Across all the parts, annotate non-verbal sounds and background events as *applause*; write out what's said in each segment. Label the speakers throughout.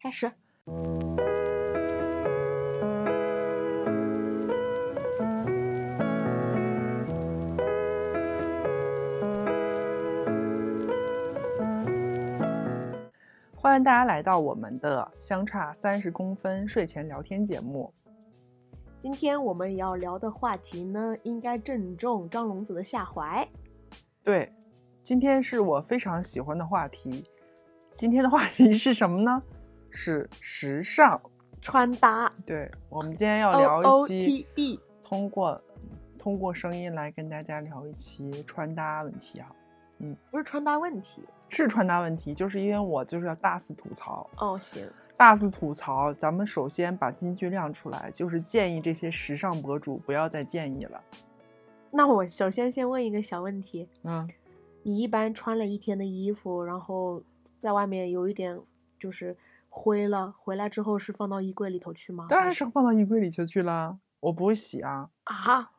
Speaker 1: 开始。欢迎大家来到我们的相差三十公分睡前聊天节目。
Speaker 2: 今天我们也要聊的话题呢，应该正中张龙子的下怀。
Speaker 1: 对，今天是我非常喜欢的话题。今天的话题是什么呢？是时尚。
Speaker 2: 穿搭
Speaker 1: 对，我们今天要
Speaker 2: O
Speaker 1: 聊
Speaker 2: O
Speaker 1: 一期
Speaker 2: T D，
Speaker 1: 通过通过声音来跟大家聊一期穿搭问题啊，
Speaker 2: 不是穿搭问题
Speaker 1: 是穿搭问题，就是因为我就是要大肆吐槽，
Speaker 2: 哦，行，
Speaker 1: 大肆吐槽。咱们首先把金句亮出来，就是建议这些时尚博主不要再建议了。
Speaker 2: *laughs* 那我首先先问一个小问题：
Speaker 1: 嗯，
Speaker 2: 你一般穿了一天的衣服，然后在外面有一点就是灰了，回来之后是放到衣柜里头去吗？
Speaker 1: 当然是放到衣柜里就去啦，我不会洗啊。
Speaker 2: 啊，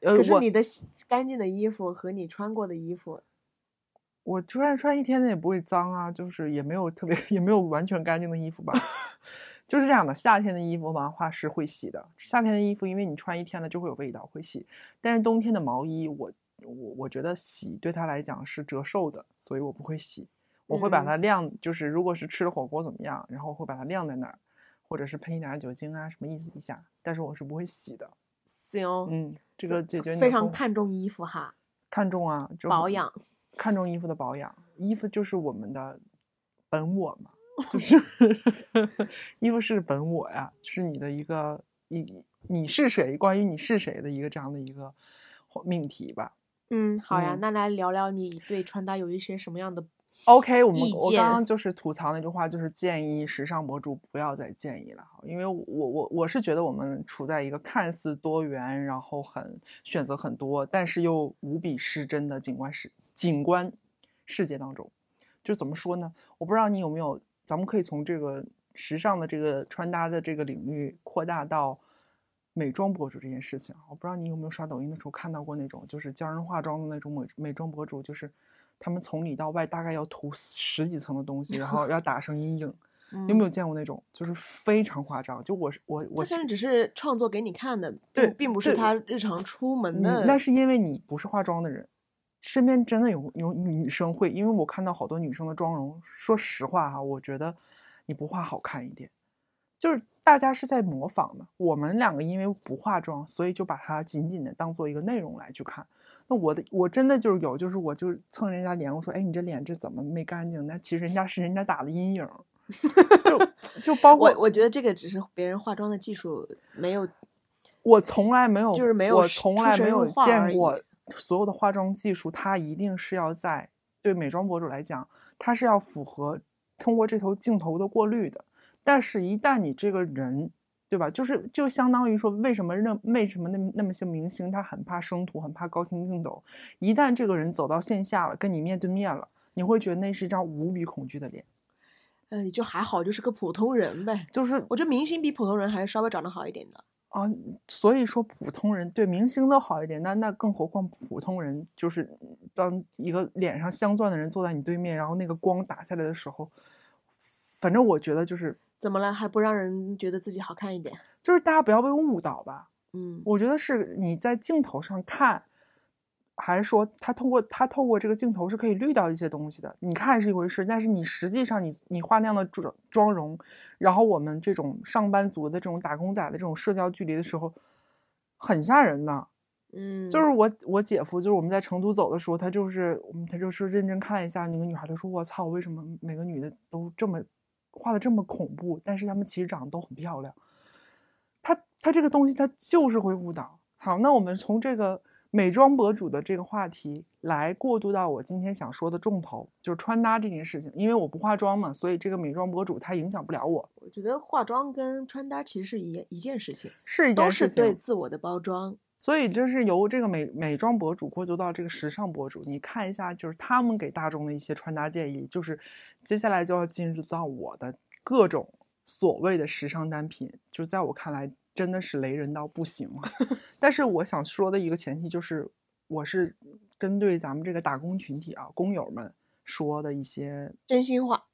Speaker 1: 呃，
Speaker 2: 可是
Speaker 1: 我
Speaker 2: 你的洗干净的衣服和你穿过的衣服，
Speaker 1: 我就算穿一天的也不会脏啊，就是也没有特别 *laughs* 也没有完全干净的
Speaker 2: *laughs*
Speaker 1: 衣服吧。就是这样的，夏天的衣服的话是会洗的，夏天的衣服因为你穿一天了就会有味道，会洗。但是冬天的毛衣，我我我觉得洗对它来讲是折寿的，所以我不会洗，我会把
Speaker 2: 嗯
Speaker 1: 它晾，就是如果是吃了火锅怎么样，然后会把它晾在那儿，或者是喷一点儿酒精啊什么意思一下，但是我是不会洗的。
Speaker 2: 行，
Speaker 1: 嗯，这个解决你
Speaker 2: 非
Speaker 1: 的
Speaker 2: 常
Speaker 1: 功
Speaker 2: 看重衣服哈，
Speaker 1: 看重啊，就
Speaker 2: 保养。
Speaker 1: 看重衣服的保养，衣服就是我们的本我嘛，就是 *laughs* 衣服是本我呀，是你的一个你你是谁，关于你是谁的一个这样的一个命题吧。
Speaker 2: 嗯，好呀，
Speaker 1: 嗯哦
Speaker 2: 那来聊聊你对穿搭有一些什么样的
Speaker 1: OK，我们
Speaker 2: 意
Speaker 1: 我
Speaker 2: 见
Speaker 1: 刚刚就是吐槽那句话，就是建议时尚博主不要再建议了，因为我我我是觉得我们处在一个看似多元，然后很选择很多，但是又无比失真的景观世景观世界当中，就怎么说呢？我不知道你有没有，咱们可以从这个时尚的这个穿搭的这个领域扩大到美妆博主这件事情啊。我不知道你有没有刷抖音的时候看到过那种，就是教人化妆的那种美美妆博主，就是他们从里到外大概要涂十几层的东西，然后要打上阴影。
Speaker 2: 嗯
Speaker 1: 你有没有见过那种？就是非常夸张。就我是我我
Speaker 2: 他
Speaker 1: 是
Speaker 2: 真的只是创作给你看的，并
Speaker 1: 对
Speaker 2: 并不是
Speaker 1: 对
Speaker 2: 他日常出门
Speaker 1: 你
Speaker 2: 的。
Speaker 1: 那是因为你不是化妆的人，身边真的有有女生会，因为我看到好多女生的妆容，说实话哈、我觉得你不化好看一点，就是大家是在模仿的。我们两个因为不化妆，所以就把它紧紧的当做一个内容来去看。那我的我真的就是有，就是我就是蹭人家脸，我说哎，你这脸这怎么没干净？那其实人家是人家打的阴
Speaker 2: *laughs*
Speaker 1: 影儿，就就包括
Speaker 2: 我我觉得这个只是别人化妆的技术没有，
Speaker 1: 我从来没有，
Speaker 2: 就是没有
Speaker 1: 我
Speaker 2: 是
Speaker 1: 从
Speaker 2: 出
Speaker 1: 来
Speaker 2: 神
Speaker 1: 没
Speaker 2: 入
Speaker 1: 有
Speaker 2: 化而
Speaker 1: 见
Speaker 2: 已
Speaker 1: 过所有的化妆技术，它一定是要在对美妆博主来讲，它是要符合通过这头镜头的过滤的。但是，一旦你这个人，对吧？就是就相当于说，为什么那为什么那那么些明星他很怕生图，很怕高清镜头？一旦这个人走到线下了，跟你面对面了，你会觉得那是一张无比恐惧的脸，
Speaker 2: 呃，也就还好，就是个普通人呗。
Speaker 1: 就是
Speaker 2: 我觉得明星比普通人还是稍微长得好一点的。
Speaker 1: 啊，所以说普通人对明星都好一点，那那更何况普通人，就是当一个脸上镶钻的人坐在你对面，然后那个光打下来的时候，反正我觉得就是
Speaker 2: 怎么了？还不让人觉得自己好看一点？
Speaker 1: 就是大家不要被误导吧。
Speaker 2: 嗯，
Speaker 1: 我觉得是你在镜头上看，还是说他通过他透过这个镜头是可以滤掉一些东西的。你看是一回事，但是你实际上你你化那样的妆妆容，然后我们这种上班族的这种打工仔的这种社交距离的时候，很吓人的。
Speaker 2: 嗯，
Speaker 1: 就是我我姐夫，就是我们在成都走的时候，他就是嗯他就是认真看了一下那个女孩，他说我操，为什么每个女的都这么画的这么恐怖，但是她们其实长得都很漂亮。他他这个东西他就是会误导。好，那我们从这个美妆博主的这个话题来过渡到我今天想说的重头，就是穿搭这件事情。因为我不化妆嘛，所以这个美妆博主他影响不了我，
Speaker 2: 我觉得化妆跟穿搭其实是一一件事情，
Speaker 1: 是一
Speaker 2: 都
Speaker 1: 件
Speaker 2: 是
Speaker 1: 事情。
Speaker 2: 对自我的包装。
Speaker 1: 所以就是由这个美美妆博主过渡到这个时尚博主，你看一下，就是他们给大众的一些穿搭建议，就是接下来就要进入到我的各种所谓的时尚单品，就是在我看来真的是雷人到不行了。但是我想说的一个前提就是，我是针对咱们这个打工群体啊，工友们说的一些
Speaker 2: 真心话，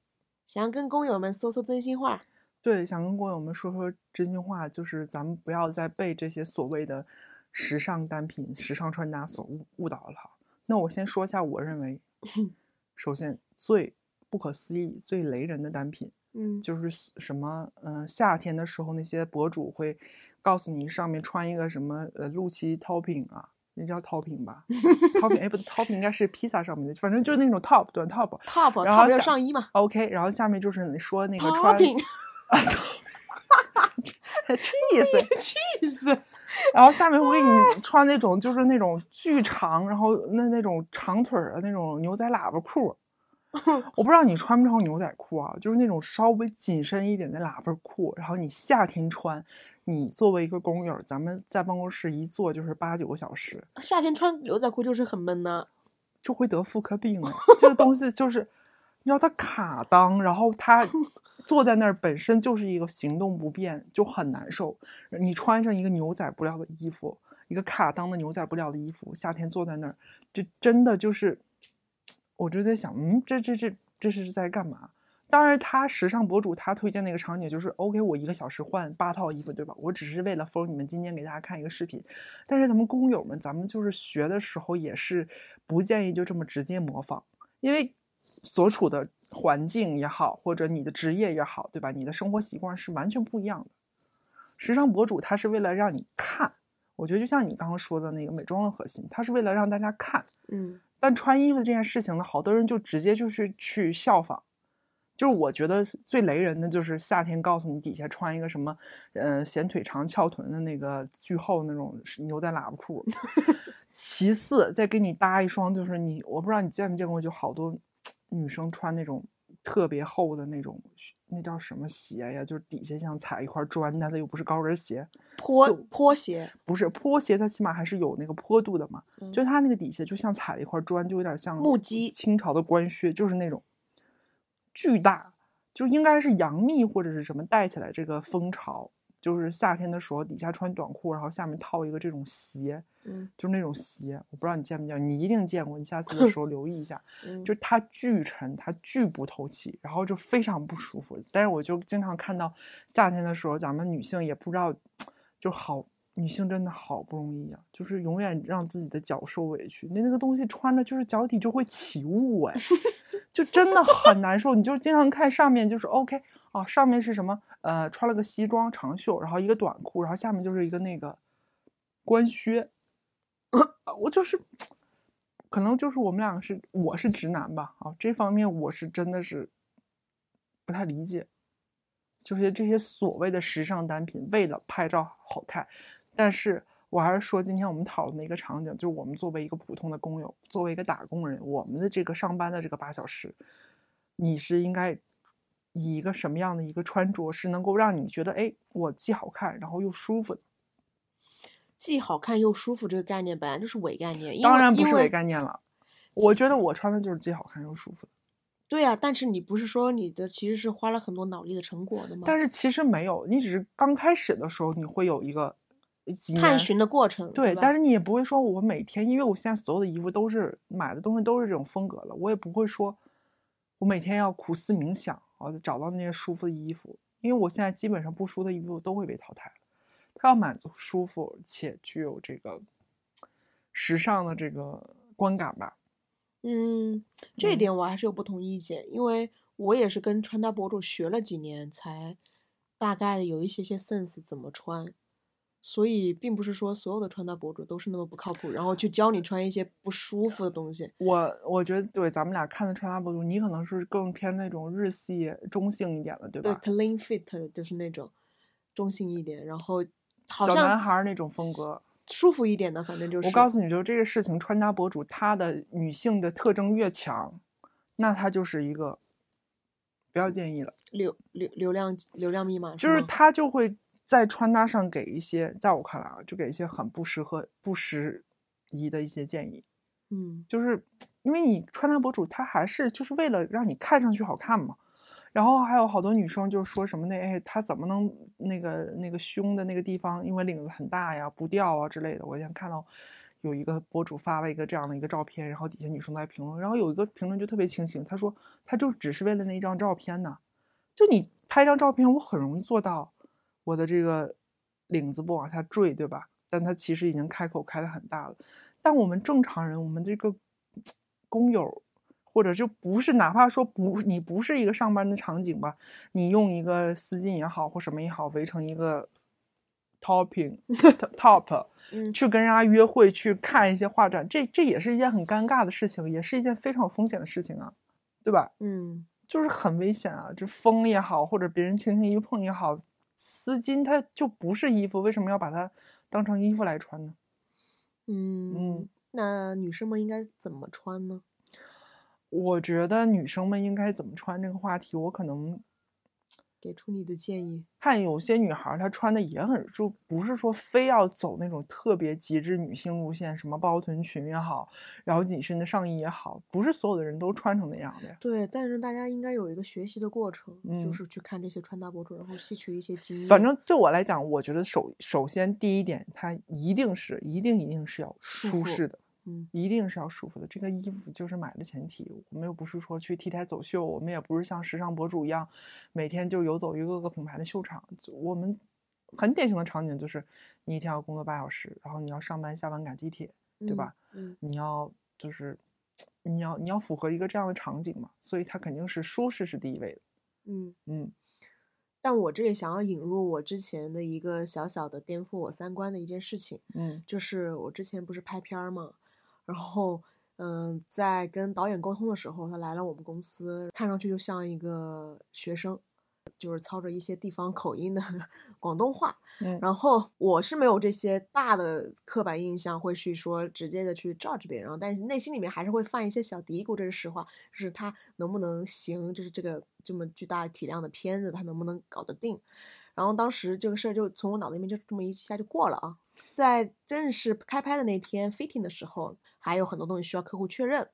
Speaker 2: 想要跟工友们说说真心话。
Speaker 1: 对，想跟郭友们说说真心话，就是咱们不要再被这些所谓的时尚单品、时尚穿搭所误误导了。那我先说一下，我认为，首先最不可思议、最雷人的单品
Speaker 2: 嗯，
Speaker 1: 就是 s- 什么，嗯、夏天的时候那些博主会告诉你上面穿一个什么，呃，露脐 topping 啊，那叫 topping 吧，topping，哎，不对，topping 应该是披萨上面的，反正就是那种 top 短 top。
Speaker 2: top，
Speaker 1: 然后
Speaker 2: top 要
Speaker 1: 想
Speaker 2: 上衣嘛
Speaker 1: OK，然后下面就是你说那个穿
Speaker 2: ，popping，
Speaker 1: *laughs* 气死
Speaker 2: 气死！
Speaker 1: 然后下面会给你穿那种就是那种巨长，然后那那种长腿儿的那种牛仔喇叭 *laughs* 裤。我不知道你穿不穿牛仔裤啊，就是那种稍微紧身一点的喇叭裤，然后你夏天穿，你作为一个工友儿，咱们在办公室一坐就是八九个小时，
Speaker 2: *laughs* 夏天穿牛仔裤就是很闷呐，
Speaker 1: 就会得妇科病了。这个东西就是，你知道它卡裆，然后它坐在那儿本身就是一个行动不便，就很难受。你穿上一个牛仔布料的衣服，一个卡裆的牛仔布料的衣服，夏天坐在那儿，这真的就是，我就在想，嗯，这这这这是在干嘛？当然，他时尚博主他推荐那个场景就是 OK，我一个小时换八套衣服，对吧？我只是为了 for 你们今天给大家看一个视频，但是咱们工友们，咱们就是学的时候也是不建议就这么直接模仿，因为所处的环境也好，或者你的职业也好，对吧？你的生活习惯是完全不一样的。时尚博主他是为了让你看，我觉得就像你刚刚说的那个美妆的核心，他是为了让大家看。
Speaker 2: 嗯，
Speaker 1: 但穿衣服这件事情呢，好多人就直接就是去效仿。就是我觉得最雷人的就是夏天告诉你底下穿一个什么，呃，显腿长翘臀的那个巨厚那种是牛仔喇叭裤。 *laughs* 其次，再给你搭一双，就是你我不知道你见没见过，就好多女生穿那种特别厚的那种，那叫什么鞋呀？就是底下像踩一块砖，但它又不是高跟鞋，
Speaker 2: 坡
Speaker 1: 素
Speaker 2: 坡鞋，
Speaker 1: 不是坡鞋，它起码还是有那个坡度的嘛。
Speaker 2: 嗯
Speaker 1: 就它那个底下就像踩了一块砖，就有点像
Speaker 2: 木屐
Speaker 1: 清朝的官靴，就是那种巨大，就应该是杨幂或者是什么带起来这个风潮，就是夏天的时候底下穿短裤，然后下面套一个这种鞋，
Speaker 2: 嗯
Speaker 1: 就是那种鞋，我不知道你见没见，你一定见过，你下次的时候留意一下，
Speaker 2: 嗯，
Speaker 1: 就它巨沉，它巨不透气，然后就非常不舒服。但是我就经常看到夏天的时候，咱们女性也不知道，就好，女性真的好不容易啊，就是永远让自己的脚受委屈。那那个东西穿着就是脚底就会起雾哎，就真的很难受。你就经常看上面就是 OK 啊，上面是什么？呃，穿了个西装长袖，然后一个短裤，然后下面就是一个那个官靴。啊我就是，可能就是我们俩是我是直男吧啊，这方面我是真的是不太理解，就是这些所谓的时尚单品为了拍照好看，但是我还是说今天我们讨论的一个场景，就是我们作为一个普通的工友，作为一个打工人，我们的这个上班的这个八小时，你是应该。以一个什么样的一个穿着是能够让你觉得，哎，我既好看，然后又舒服的？
Speaker 2: 既好看又舒服这个概念本来就是伪概念，因
Speaker 1: 当
Speaker 2: 为
Speaker 1: 然不
Speaker 2: 因
Speaker 1: 是
Speaker 2: 为
Speaker 1: 伪概念了，我觉得我穿的就是既好看又舒服的。
Speaker 2: 对呀、但是你不是说你的其实是花了很多脑力的成果的吗？
Speaker 1: 但
Speaker 2: 是
Speaker 1: 是其实没有，你只是刚开始的时候你会有一个呃几
Speaker 2: 探
Speaker 1: 年
Speaker 2: 寻的过程，
Speaker 1: 对，
Speaker 2: 吧
Speaker 1: 但是你也不会说我每天，因为我现在所有的衣服都是买的东西都是这种风格了，我也不会说我每天要苦思冥想啊，找到那些舒服的衣服，因为我现在基本上不舒服的衣服都会被淘汰了。它要满足舒服且具有这个时尚的这个观感吧。
Speaker 2: 嗯，这一
Speaker 1: 嗯
Speaker 2: 点我还是有不同意见，因为我也是跟穿搭博主学了几年，才大概的有一些些 sense 怎么穿，所以并不是说所有的穿搭博主都是那么不靠谱，然后去
Speaker 1: *laughs*
Speaker 2: 教你穿一些不舒服的东西。
Speaker 1: 我我觉得对咱们俩看的穿搭博主，你可能是更偏那种日系中性一点的，对
Speaker 2: 对
Speaker 1: 吧？
Speaker 2: ，clean fit 就是那种中性一点，然后好
Speaker 1: 小男
Speaker 2: 像
Speaker 1: 孩儿那种风格。
Speaker 2: 舒服一点的，反正就是
Speaker 1: 我告诉你，就这个事情，穿搭博主她的女性的特征越强，那她就是一个不要建议了，
Speaker 2: 流流流量流量密码
Speaker 1: 就是
Speaker 2: 吗
Speaker 1: 她就会在穿搭上给一些，在我看来啊，就给一些很不适合、不适宜的一些建议，
Speaker 2: 嗯
Speaker 1: 就是因为你穿搭博主，她还是就是为了让你看上去好看嘛。然后还有好多女生就说什么那哎，她怎么能那个那个胸的那个地方，因为领子很大呀，不掉啊之类的。我先看到有一个博主发了一个这样的一个照片，然后底下女生都在评论，然后有一个评论就特别清醒，她说她就只是为了那一张照片呢，就你拍张照片，我很容易做到我的这个领子不往下坠，对吧？但它其实已经开口开的很大了。但我们正常人，我们这个工友，或者就不是，哪怕说不，你不是一个上班的场景吧，你用一个丝巾也好或什么也好围成一个 topping top
Speaker 2: 嗯
Speaker 1: 去跟人家约会，去看一些画展，这这也是一件很尴尬的事情，也是一件非常有风险的事情啊，对吧？
Speaker 2: 嗯
Speaker 1: 就是很危险啊！这风也好，或者别人轻轻一碰也好，丝巾它就不是衣服，为什么要把它当成衣服来穿呢？
Speaker 2: 嗯
Speaker 1: 嗯
Speaker 2: 那女生们应该怎么穿呢？
Speaker 1: 我觉得女生们应该怎么穿这个话题，我可能
Speaker 2: 给出你的建议。
Speaker 1: 看有些女孩儿她穿的也很，就不是说非要走那种特别极致女性路线，什么包臀裙也好，然后紧身的上衣也好，不是所有的人都穿成那样的呀。
Speaker 2: 对，但是大家应该有一个学习的过程，
Speaker 1: 嗯
Speaker 2: 就是去看这些穿搭博主，然后吸取一些经验。
Speaker 1: 反正对我来讲，我觉得首首先第一点，它一定是一定一定是要
Speaker 2: 舒
Speaker 1: 舒
Speaker 2: 服
Speaker 1: 适的，
Speaker 2: 嗯
Speaker 1: 一定是要舒服的。这个衣服就是买的前提，我们又不是说去 T 台走秀，我们也不是像时尚博主一样每天就游走于各个品牌的秀场。就我们很典型的场景就是，你一天要工作八小时，然后你要上班下班赶地铁，对吧？
Speaker 2: 嗯
Speaker 1: 你要就是你要你要符合一个这样的场景嘛，所以它肯定是舒适是第一位的。
Speaker 2: 嗯。
Speaker 1: 嗯
Speaker 2: 但我这里想要引入我之前的一个小小的颠覆我三观的一件事情，
Speaker 1: 嗯
Speaker 2: 就是我之前不是拍片儿嘛，然后嗯，在跟导演沟通的时候，他来了我们公司，看上去就像一个学生，就是操着一些地方口音的 *laughs* 广东话，
Speaker 1: 嗯，
Speaker 2: 然后我是没有这些大的刻板印象，会去说直接的去 judge 别人，然后但是内心里面还是会犯一些小嘀咕，这是实话。就是他能不能行，就是这个这么巨大体量的片子，他能不能搞得定？然后当时这个事儿就从我脑子里面就这么一下就过了啊。在正式开拍的那天 fitting 的时候，还有很多东西需要客户确认。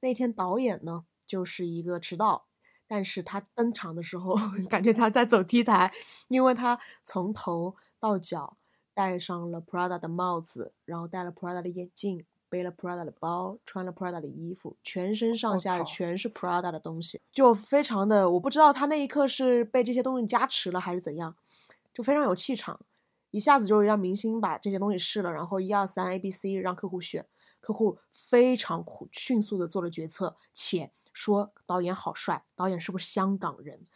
Speaker 2: 那天导演呢，就是一个迟到，但是他登场的时候， *laughs* 感觉他在走 T 台，因为他从头到脚戴上了 Prada 的帽子，然后戴了 Prada 的眼镜，背了 Prada 的包，穿了 Prada 的衣服，全身
Speaker 1: 我
Speaker 2: 上下
Speaker 1: 靠
Speaker 2: 全是 Prada 的东西，就非常的，我不知道他那一刻是被这些东西加持了还是怎样，就非常有气场，一下子就让明星把这些东西试了，然后一二三 A B C 让客户选，客户非常苦迅速的做了决策，且说导演好帅，导演是不是香港人？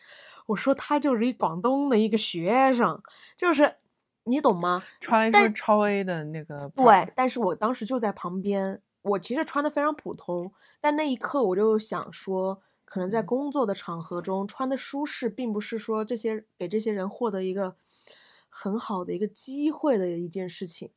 Speaker 2: 我说他就是一广东的一个学生，就是你懂吗？
Speaker 1: 穿一身超 A 的那个 Prada
Speaker 2: 对，但是我当时就在旁边，我其实穿的非常普通，但那一刻我就想说，可能在
Speaker 1: 嗯
Speaker 2: 工作的场合中穿的舒适，并不是说这些给这些人获得一个很好的一个机会的一件事情。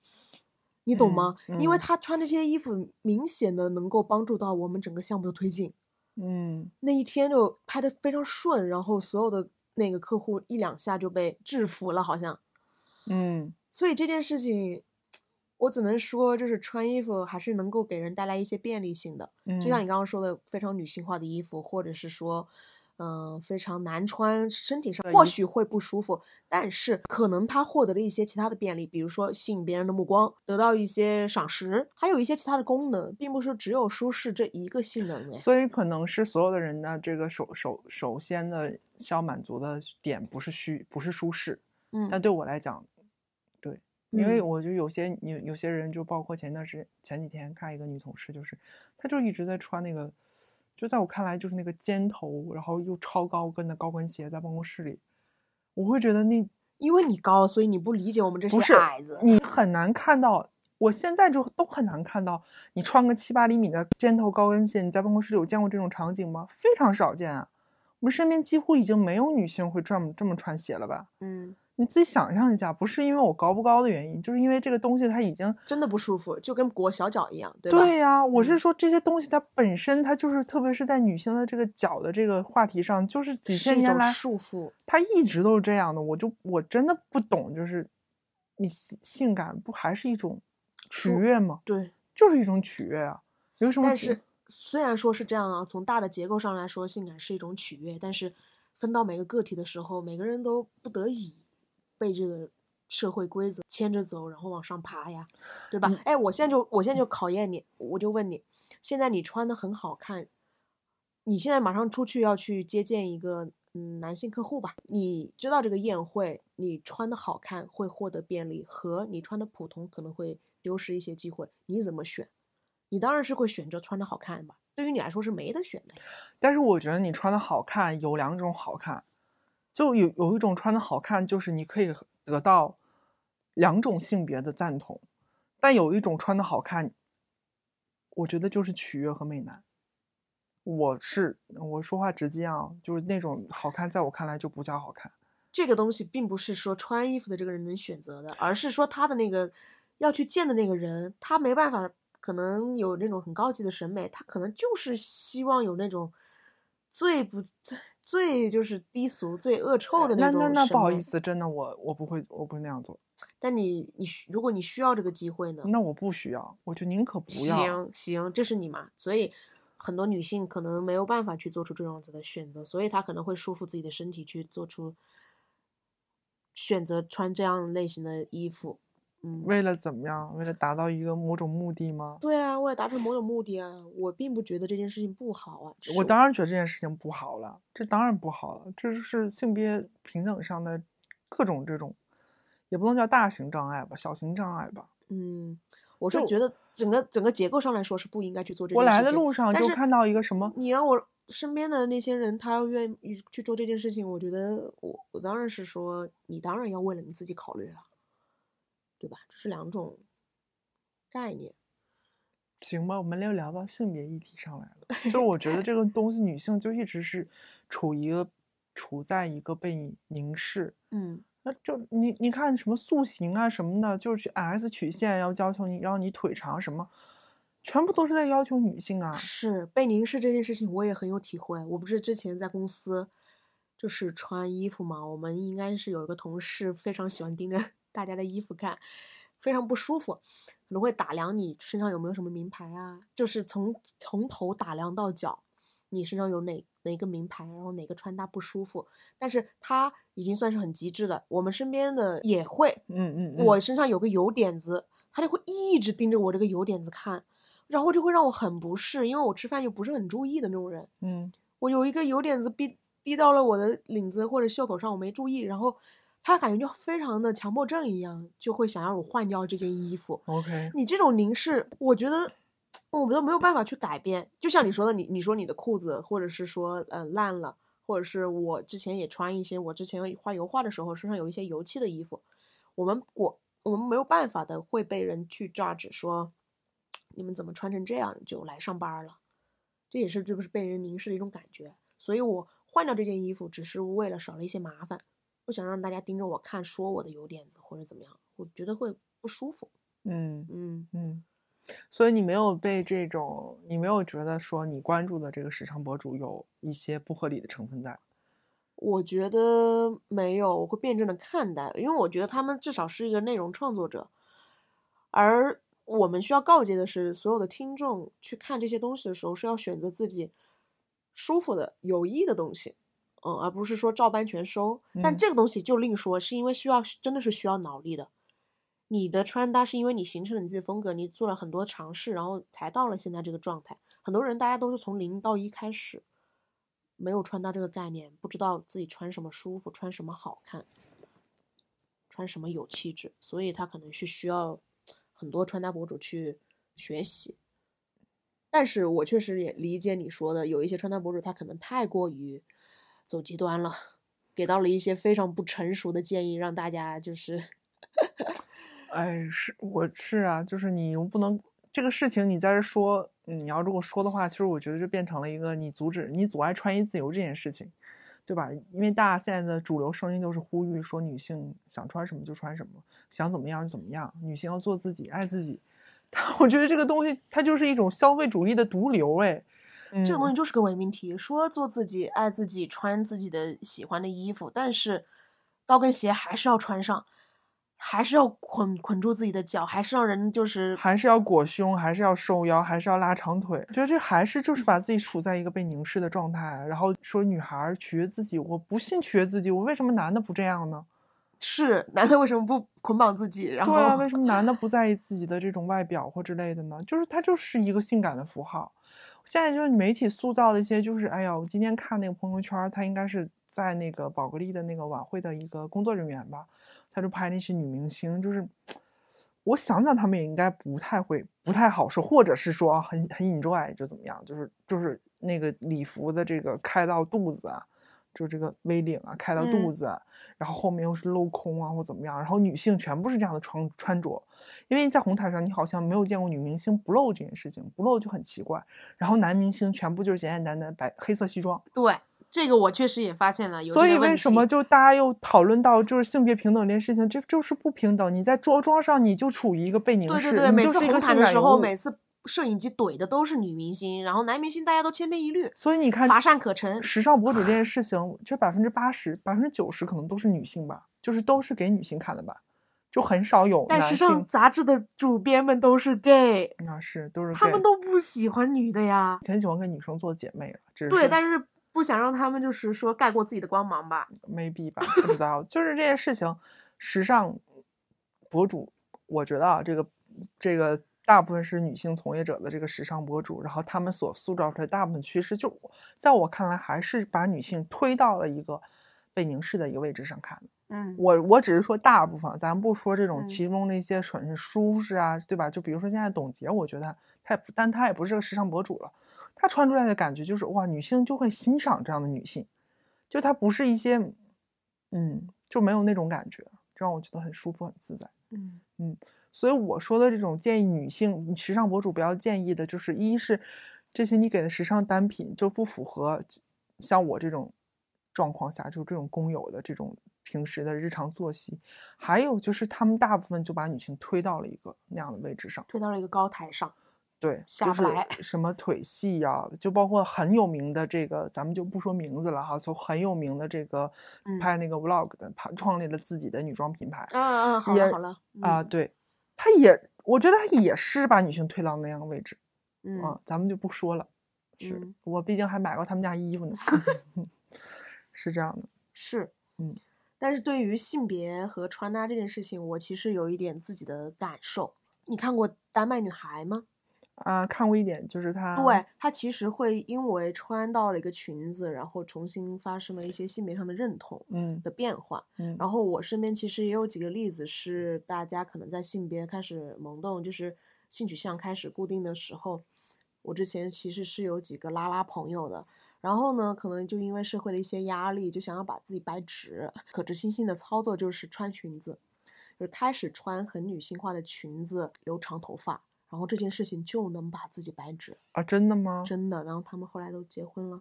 Speaker 2: 你懂吗？
Speaker 1: 嗯
Speaker 2: 因为
Speaker 1: 嗯
Speaker 2: 他穿这些衣服，明显的能够帮助到我们整个项目的推进。
Speaker 1: 嗯，
Speaker 2: 那一天就拍的非常顺，然后所有的那个客户一两下就被制服了，好像。
Speaker 1: 嗯，
Speaker 2: 所以这件事情，我只能说，就是穿衣服还是能够给人带来一些便利性的。就像
Speaker 1: 嗯
Speaker 2: 你刚刚说的，非常女性化的衣服，或者是说，嗯、非常难穿，身体上或许会不舒服，但是可能他获得了一些其他的便利，比如说吸引别人的目光，得到一些赏识，还有一些其他的功能，并不是只有舒适这一个性能哎。
Speaker 1: 所以可能是所有的人的这个首首首先的需要满足的点不是虚不是舒适，
Speaker 2: 嗯，
Speaker 1: 但对我来讲，对，因为
Speaker 2: 嗯
Speaker 1: 我就有些有有些人就包括前段时前几天看一个女同事，就是她就一直在穿那个，就在我看来就是那个尖头，然后又超高跟的高跟鞋在办公室里，我会觉得那
Speaker 2: 因为你高，所以你不理解我们这
Speaker 1: 不
Speaker 2: 些
Speaker 1: 是
Speaker 2: 矮子。
Speaker 1: 你很难看到，我现在就都很难看到你穿个七八厘米的尖头高跟鞋，你在办公室里有见过这种场景吗？非常少见啊！我们身边几乎已经没有女性会这么这么穿鞋了吧？
Speaker 2: 嗯，
Speaker 1: 你自己想象一下，不是因为我高不高的原因，就是因为这个东西它已经
Speaker 2: 真的不舒服，就跟裹小脚一样，对吧？
Speaker 1: 对呀、
Speaker 2: 嗯
Speaker 1: 我是说这些东西它本身它就是，特别是在女性的这个脚的这个话题上，就是几
Speaker 2: 是
Speaker 1: 千
Speaker 2: 一
Speaker 1: 年
Speaker 2: 种
Speaker 1: 来
Speaker 2: 束缚。
Speaker 1: 它一直都是这样的。我就我真的不懂，就是你性性感不还是一种取
Speaker 2: 舒
Speaker 1: 悦吗？
Speaker 2: 对，
Speaker 1: 就是一种取悦啊，有什么
Speaker 2: 但
Speaker 1: 取？
Speaker 2: 是虽然说是这样啊，从大的结构上来说，性感是一种取悦，但是分到每个个体的时候，每个人都不得已被这个社会规则牵着走，然后往上爬呀，对吧
Speaker 1: 嗯？
Speaker 2: 哎，我现在就我现在就考验你，我就问你，现在你穿的很好看，你现在马上出去要去接见一个嗯男性客户吧，你知道这个宴会，你穿的好看会获得便利，和你穿的普通可能会丢失一些机会，你怎么选？你当然是会选择穿的好看吧，对于你来说是没得选的。
Speaker 1: 但是我觉得你穿的好看有两种好看，就有有一种穿的好看，就是你可以得到两种性别的赞同，但有一种穿的好看，我觉得就是取悦和美男。我是我说话直接啊，就是那种好看，在我看来就不叫好看。
Speaker 2: 这个东西并不是说穿衣服的这个人能选择的，而是说他的那个要去见的那个人，他没办法，可能有那种很高级的审美，他可能就是希望有那种最不最最就是低俗、最恶臭的
Speaker 1: 那
Speaker 2: 种
Speaker 1: 那那
Speaker 2: 审
Speaker 1: 不好
Speaker 2: 美
Speaker 1: 意，思，真的我我不会，我不会那样做。
Speaker 2: 但你你需如果你需要这个机会呢？
Speaker 1: 那我不需要，我就宁可不
Speaker 2: 嗯
Speaker 1: 要。
Speaker 2: 行行，这是你嘛？所以很多女性可能没有办法去做出这样子的选择，所以她可能会束缚自己的身体去做出选择穿这样类型的衣服。嗯，
Speaker 1: 为了怎么样？为了达到一个某种目的吗？
Speaker 2: 对啊，为了达成某种目的啊，我并不觉得这件事情不好啊。只是
Speaker 1: 我当然觉得这件事情不好了，这当然不好了，这就是性别平等上的各种这种，也不能叫大型障碍吧，小型障碍吧。
Speaker 2: 嗯，我是
Speaker 1: 就
Speaker 2: 觉得整个整个结构上来说是不应该去做这件
Speaker 1: 我
Speaker 2: 事情。
Speaker 1: 来的路上
Speaker 2: 但
Speaker 1: 就是看到一个什么
Speaker 2: 你让我身边的那些人，他要愿意去做这件事情，我觉得我我当然是说，你当然要为了你自己考虑了，对吧？这是两种概念。
Speaker 1: 行吧，我们又聊到性别议题上来了。就是我觉得这个东西，女性就一直是处一个处在一个被凝视。
Speaker 2: 嗯，
Speaker 1: 那就你你看什么塑形啊什么的，就是去 S 曲线要要求你让你腿长什么，全部都是在要求女性啊。
Speaker 2: 是被凝视这件事情，我也很有体会。我不是之前在公司就是穿衣服嘛，我们应该是有一个同事非常喜欢盯着 *laughs* 大家的衣服看，非常不舒服，可能会打量你身上有没有什么名牌啊，就是从从头打量到脚，你身上有哪哪个名牌，然后哪个穿搭不舒服。但是他已经算是很极致了，我们身边的也会，
Speaker 1: 嗯嗯，嗯
Speaker 2: 我身上有个油点子，他就会一直盯着我这个油点子看，然后就会让我很不适，因为我吃饭又不是很注意的那种人。
Speaker 1: 嗯，
Speaker 2: 我有一个油点子滴滴到了我的领子或者袖口上，我没注意，然后他感觉就非常的强迫症一样，就会想让我换掉这件衣服。
Speaker 1: OK，
Speaker 2: 你这种凝视，我觉得我们都没有办法去改变。就像你说的，你你说你的裤子，或者是说呃烂了，或者是我之前也穿一些，我之前画油画的时候身上有一些油漆的衣服，我们我我们没有办法的会被人去 judge 说你们怎么穿成这样就来上班了，这也是这不是被人凝视的一种感觉。所以我换掉这件衣服，只是为了少了一些麻烦，不想让大家盯着我看，说我的油点子或者怎么样，我觉得会不舒服。
Speaker 1: 嗯
Speaker 2: 嗯。
Speaker 1: 嗯，所以你没有被这种，你没有觉得说你关注的这个时尚博主有一些不合理的成分在。
Speaker 2: 我觉得没有，我会辩证的看待，因为我觉得他们至少是一个内容创作者，而我们需要告诫的是，所有的听众去看这些东西的时候，是要选择自己舒服的、有益的东西，嗯，而不是说照搬全收。但
Speaker 1: 嗯
Speaker 2: 这个东西就另说，是因为需要真的是需要脑力的。你的穿搭是因为你形成了你自己的风格，你做了很多尝试，然后才到了现在这个状态。很多人大家都是从零到一开始，没有穿搭这个概念，不知道自己穿什么舒服，穿什么好看，穿什么有气质，所以他可能是需要很多穿搭博主去学习。但是我确实也理解你说的，有一些穿搭博主他可能太过于走极端了，给到了一些非常不成熟的建议，让大家就是
Speaker 1: 哎，是我是啊，就是你又不能这个事情你在这说，你要如果说的话，其实我觉得就变成了一个你阻止你阻碍穿衣自由这件事情，对吧？因为大家现在的主流声音都是呼吁说女性想穿什么就穿什么，想怎么样就怎么样，女性要做自己，爱自己。 *laughs* 但我觉得这个东西它就是一种消费主义的毒瘤，哎，
Speaker 2: 这个东
Speaker 1: 嗯
Speaker 2: 西就是个伪命题，说做自己、爱自己、穿自己的喜欢的衣服，但是高跟鞋还是要穿上，还是要捆捆住自己的脚，还是让人就是
Speaker 1: 还是要裹胸，还是要收腰，还是要拉长腿。觉得这还是就是把自己处在一个被凝视的状态，然后说女孩儿取悦自己，我不信取悦自己，我为什么男的不这样呢？
Speaker 2: 是 *laughs* 男的为什么不捆绑自己？然后
Speaker 1: 对啊，为什么男的不在意自己的这种外表或之类的呢？就是它就是一个性感的符号。现在就是媒体塑造的一些，就是哎呀，我今天看那个朋友圈儿，他应该是在那个宝格丽的那个晚会的一个工作人员吧，他就拍那些女明星，就是我想想，他们也应该不太会，不太好说，或者是说啊很很 enjoy 就怎么样，就是就是那个礼服的这个开到肚子啊，就这个 V 领啊开到肚
Speaker 2: 嗯
Speaker 1: 子啊，然后后面又是镂空啊或怎么样，然后女性全部是这样的穿穿着，因为在红毯上你好像没有见过女明星不露这件事情，不露就很奇怪。然后男明星全部就是简简单单白黑色西装，
Speaker 2: 对，这个我确实也发现了有
Speaker 1: 所
Speaker 2: 这
Speaker 1: 以
Speaker 2: 个问
Speaker 1: 为什
Speaker 2: 题
Speaker 1: 么就大家又讨论到就是性别平等这件事情，这就是不平等。你在着装上你就处于一个被凝
Speaker 2: 对
Speaker 1: 视，
Speaker 2: 对对，
Speaker 1: 你
Speaker 2: 每
Speaker 1: 就
Speaker 2: 次
Speaker 1: 是一
Speaker 2: 红
Speaker 1: 个性
Speaker 2: 毯的
Speaker 1: 感
Speaker 2: 时
Speaker 1: 人
Speaker 2: 候，
Speaker 1: 物。
Speaker 2: 每次摄影机怼的都是女明星，然后男明星大家都千篇一律，
Speaker 1: 所以你看，
Speaker 2: 乏善可陈。
Speaker 1: 时尚博主这件事情，就百分之八十、百分之九十可能都是女性吧，就是都是给女性看的吧，就很少有
Speaker 2: 但
Speaker 1: 男
Speaker 2: 时
Speaker 1: 性。
Speaker 2: 尚杂志的主编们都是 gay，
Speaker 1: 那是都是
Speaker 2: 他们
Speaker 1: gay
Speaker 2: 都不喜欢女的呀。
Speaker 1: 很喜欢跟女生做姐妹了，只
Speaker 2: 对，
Speaker 1: 是
Speaker 2: 但是不想让他们就是说盖过自己的光芒吧。
Speaker 1: maybe 吧，不知道。就是这件事情，时尚博主，我觉得啊，这个这个大部分是女性从业者的这个时尚博主，然后他们所塑造出来大部分趋势，就在我看来，还是把女性推到了一个被凝视的一个位置上看的。
Speaker 2: 嗯，
Speaker 1: 我我只是说大部分，咱不说这种
Speaker 2: 嗯
Speaker 1: 其中的一些损失舒适啊，对吧？就比如说现在董洁，我觉得她也不，但她也不是个时尚博主了。她穿出来的感觉就是哇，女性就会欣赏这样的女性，就她不是一些，嗯，就没有那种感觉，这让我觉得很舒服、很自在。
Speaker 2: 嗯，
Speaker 1: 所以我说的这种建议女性时尚博主不要建议的，就是一是这些你给的时尚单品就不符合像我这种状况下，就这种工友的这种平时的日常作息，还有就是他们大部分就把女性推到了一个那样的位置上。
Speaker 2: 推到了一个高台上。
Speaker 1: 对，
Speaker 2: 下
Speaker 1: 就
Speaker 2: 不
Speaker 1: 是
Speaker 2: 来
Speaker 1: 什么腿细呀、就包括很有名的这个，咱们就不说名字了哈，就很有名的这个
Speaker 2: 嗯
Speaker 1: 拍那个 vlog 的，他创立了自己的女装品牌啊、
Speaker 2: 嗯嗯，好
Speaker 1: 也
Speaker 2: 了好了。
Speaker 1: 啊对，他也，我觉得他也是把女性推到那样的位置
Speaker 2: 嗯，
Speaker 1: 啊、
Speaker 2: 嗯，
Speaker 1: 咱们就不说了。是、
Speaker 2: 嗯
Speaker 1: 我毕竟还买过他们家衣服呢， *laughs* 是这样的。
Speaker 2: 是，
Speaker 1: 嗯。
Speaker 2: 但是对于性别和穿搭这件事情，我其实有一点自己的感受。你看过《丹麦女孩》吗？
Speaker 1: 啊、看过一点，就是他
Speaker 2: 对，她其实会因为穿到了一个裙子，然后重新发生了一些性别上的认同
Speaker 1: 嗯
Speaker 2: 的变化。
Speaker 1: 嗯
Speaker 2: 然后我身边其实也有几个例子是大家可能在性别开始萌动，就是性取向开始固定的时候，我之前其实是有几个拉拉朋友的。然后呢，可能就因为社会的一些压力，就想要把自己掰直。 *laughs* 可执行性的操作就是穿裙子，就是开始穿很女性化的裙子，留长头发，然后这件事情就能把自己掰直，
Speaker 1: 啊，真的吗？
Speaker 2: 真的。然后他们后来都结婚了，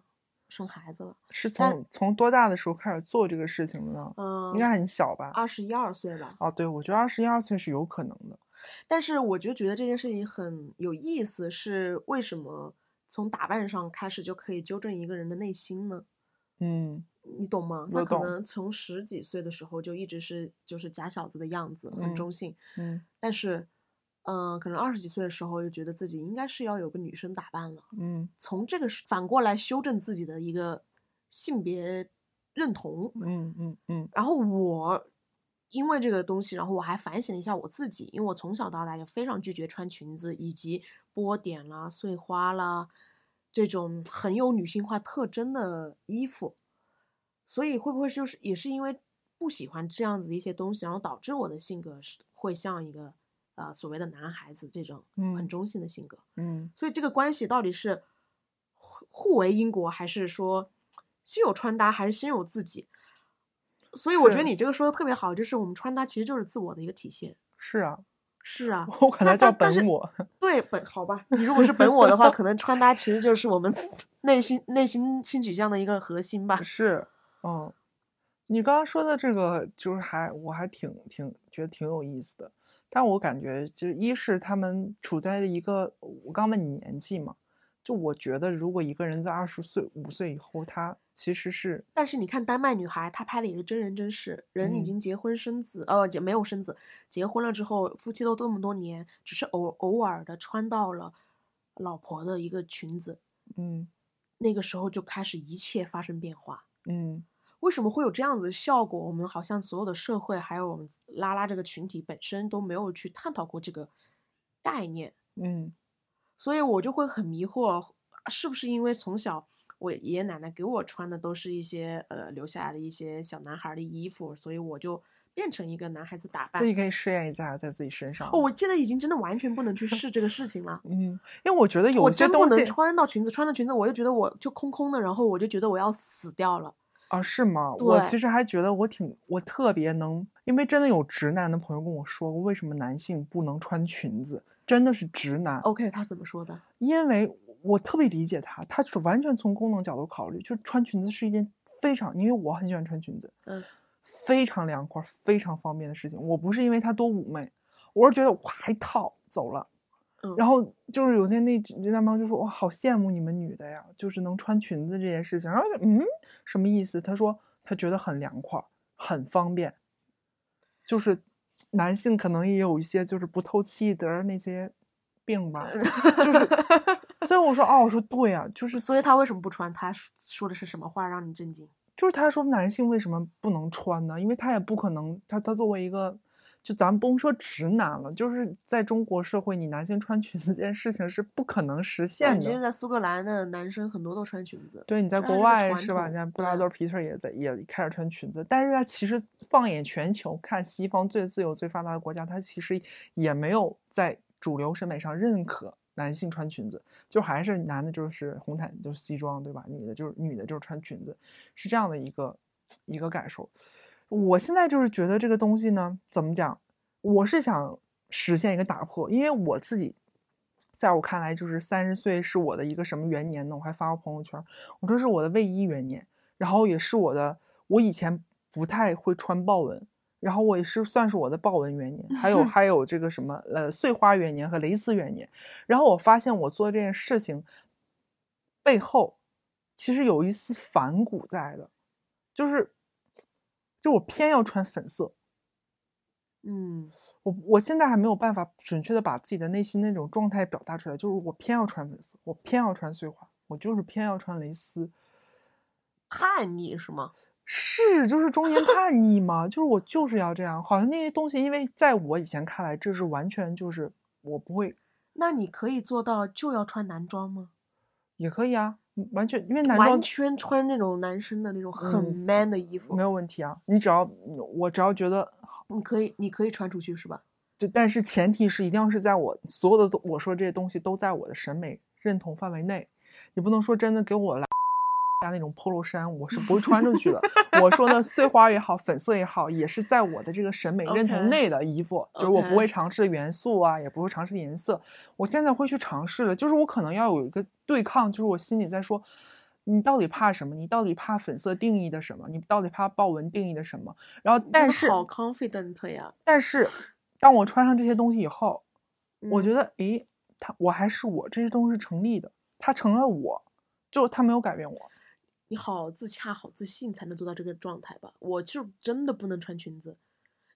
Speaker 2: 生孩子了，
Speaker 1: 是
Speaker 2: 但
Speaker 1: 从从多大的时候开始做这个事情的呢？
Speaker 2: 嗯，
Speaker 1: 应该很小吧？
Speaker 2: 二十一二岁吧。
Speaker 1: 哦，对，我觉得二十一二岁是有可能的。
Speaker 2: 但是我就觉得这件事情很有意思，是为什么从打扮上开始就可以纠正一个人的内心呢？
Speaker 1: 嗯，
Speaker 2: 你懂吗？他
Speaker 1: 我
Speaker 2: 可
Speaker 1: 懂
Speaker 2: 能从十几岁的时候就一直是就是假小子的样子，
Speaker 1: 嗯
Speaker 2: 很中性，
Speaker 1: 嗯
Speaker 2: 但是，嗯、可能二十几岁的时候就觉得自己应该是要有个女生打扮了，
Speaker 1: 嗯
Speaker 2: 从这个是反过来修正自己的一个性别认同。
Speaker 1: 嗯嗯嗯
Speaker 2: 然后我因为这个东西，然后我还反省了一下我自己，因为我从小到大就非常拒绝穿裙子以及波点啦、碎花啦这种很有女性化特征的衣服，所以会不会就是也是因为不喜欢这样子的一些东西，然后导致我的性格是会像一个呃所谓的男孩子这种很
Speaker 1: 嗯
Speaker 2: 中性的性格？
Speaker 1: 嗯，
Speaker 2: 所以这个关系到底是互互为因果，还是说先有穿搭，还是先有自己？所以我觉得
Speaker 1: 是
Speaker 2: 你这个说的特别好，就是我们穿搭其实就是自我的一个体现。
Speaker 1: 是啊， *laughs*
Speaker 2: 是啊，
Speaker 1: 我管
Speaker 2: 那
Speaker 1: 它叫
Speaker 2: *laughs* 但但是
Speaker 1: 本我。
Speaker 2: 对本好吧，你如果是本我的话，可能穿搭其实就是我们自内心内心性取向的一个核心吧。
Speaker 1: 是，嗯，你刚刚说的这个，就是还我还挺挺觉得挺有意思的。但我感觉，就是一是他们处在一个，我刚问你年纪嘛，就我觉得如果一个人在二十岁五岁以后，他其实是
Speaker 2: 但是你看丹麦女孩，她拍的也是真人真事，人已
Speaker 1: 嗯
Speaker 2: 经结婚生子，呃，也没有生子，结婚了之后，夫妻都这么多年，只是偶偶尔的穿到了老婆的一个裙子，
Speaker 1: 嗯
Speaker 2: 那个时候就开始一切发生变化。
Speaker 1: 嗯
Speaker 2: 为什么会有这样子的效果？我们好像所有的社会，还有我们拉拉这个群体本身都没有去探讨过这个概念，
Speaker 1: 嗯
Speaker 2: 所以我就会很迷惑。是不是因为从小我爷爷奶奶给我穿的都是一些呃留下来的一些小男孩儿的衣服，所以我就变成一个男孩子打扮
Speaker 1: 所以。你可以试验一下在自己身上。
Speaker 2: 啊哦，我现在已经真的完全不能去试这个事情了。
Speaker 1: 嗯，因为我觉得 *laughs* 有
Speaker 2: 我
Speaker 1: 一些
Speaker 2: 真不
Speaker 1: 东
Speaker 2: 能
Speaker 1: 西
Speaker 2: 穿到裙子，穿到裙子我就觉得我就空空的，然后我就觉得我要死掉了。
Speaker 1: 啊，是吗？我
Speaker 2: 对
Speaker 1: 其实还觉得我挺我特别能，因为真的有直男的朋友跟我说过，为什么男性不能穿裙子，真的是直男。
Speaker 2: OK，他怎么说的？
Speaker 1: 因为我特别理解他，他是完全从功能角度考虑，就是穿裙子是一件非常，因为我很喜欢穿裙子，
Speaker 2: 嗯，
Speaker 1: 非常凉快、非常方便的事情。我不是因为它多妩媚，我是觉得哇一套走了。
Speaker 2: 嗯
Speaker 1: 然后就是有些那直男朋友就说：“我好羡慕你们女的呀，就是能穿裙子这件事情。”然后我就嗯，什么意思？他说他觉得很凉快，很方便，就是男性可能也有一些就是不透气的那些病吧，
Speaker 2: *laughs*
Speaker 1: 就是，所以我说哦，我说对啊，就是
Speaker 2: 嗯所以他为什么不穿？他说说的是什么话让你震惊？
Speaker 1: 就是他说男性为什么不能穿呢？因为他也不可能，他他作为一个，就咱们甭说直男了，就是在中国社会，你男性穿裙子这件事情是不可能实现
Speaker 2: 你其实
Speaker 1: 的。
Speaker 2: 在苏格兰的男生很多都穿裙子，
Speaker 1: 对，你在
Speaker 2: 这还
Speaker 1: 国
Speaker 2: 是个
Speaker 1: 外
Speaker 2: 传
Speaker 1: 是吧？
Speaker 2: 统嗯
Speaker 1: 人家布拉
Speaker 2: 对
Speaker 1: 德皮特也在也开始穿裙子，但是他其实放眼全球，看西方最自由、最发达的国家，他其实也没有在主流审美上认可男性穿裙子，就还是男的就是红毯就是西装，对吧？女的就是女的就是穿裙子，是这样的一个一个感受。我现在就是觉得这个东西呢，怎么讲？我是想实现一个打破，因为我自己，在我看来，就是三十岁是我的一个什么元年呢？我还发过朋友圈，我说是我的卫衣元年，然后也是我的，我以前不太会穿豹纹，然后我也是算是我的豹纹元年，还有还有这个什么呃碎花元年和蕾丝元年，然后我发现我做这件事情背后其实有一丝反骨在的，就是就我偏要穿粉色，
Speaker 2: 嗯，
Speaker 1: 我我现在还没有办法准确的把自己的内心那种状态表达出来，就是我偏要穿粉色，我偏要穿碎花，我就是偏要穿蕾丝，
Speaker 2: 叛逆是吗？
Speaker 1: 是，就是中年叛逆嘛，就是我就是要这样，好像那些东西，因为在我以前看来，这是完全就是我不会，
Speaker 2: 那你可以做到就要穿男装吗？
Speaker 1: 也可以啊，嗯完全因为男装
Speaker 2: 完全穿那种男生的那种很
Speaker 1: 嗯
Speaker 2: man 的衣服，
Speaker 1: 没有问题啊，你只要我只要觉得
Speaker 2: 你可以你可以穿出去是吧？
Speaker 1: 对，但是前提是一定要是在我所有的都我说这些东西都在我的审美认同范围内，你不能说真的给我来家那种 polo 衫，我是不会穿出去的。我说的碎花也好，粉色也好，也是在我的这个审美认
Speaker 2: OK
Speaker 1: 同内的衣服就是我不
Speaker 2: OK
Speaker 1: 会尝试的元素啊，也不会尝试的颜色。我现在会去尝试了，就是我可能要有一个对抗，就是我心里在说，你到底怕什么？你到底怕粉色定义的什么？你到底怕豹纹定义的什么？然后，
Speaker 2: 真
Speaker 1: 但
Speaker 2: 的
Speaker 1: 是
Speaker 2: 好 confident 呀！
Speaker 1: 但是，当我穿上这些东西以后，我觉
Speaker 2: 得
Speaker 1: 得，诶，他我还是我，这些东西是成立的，他成了我，就他没有改变我。
Speaker 2: 你好自洽、好自信才能做到这个状态吧。我就真的不能穿裙子，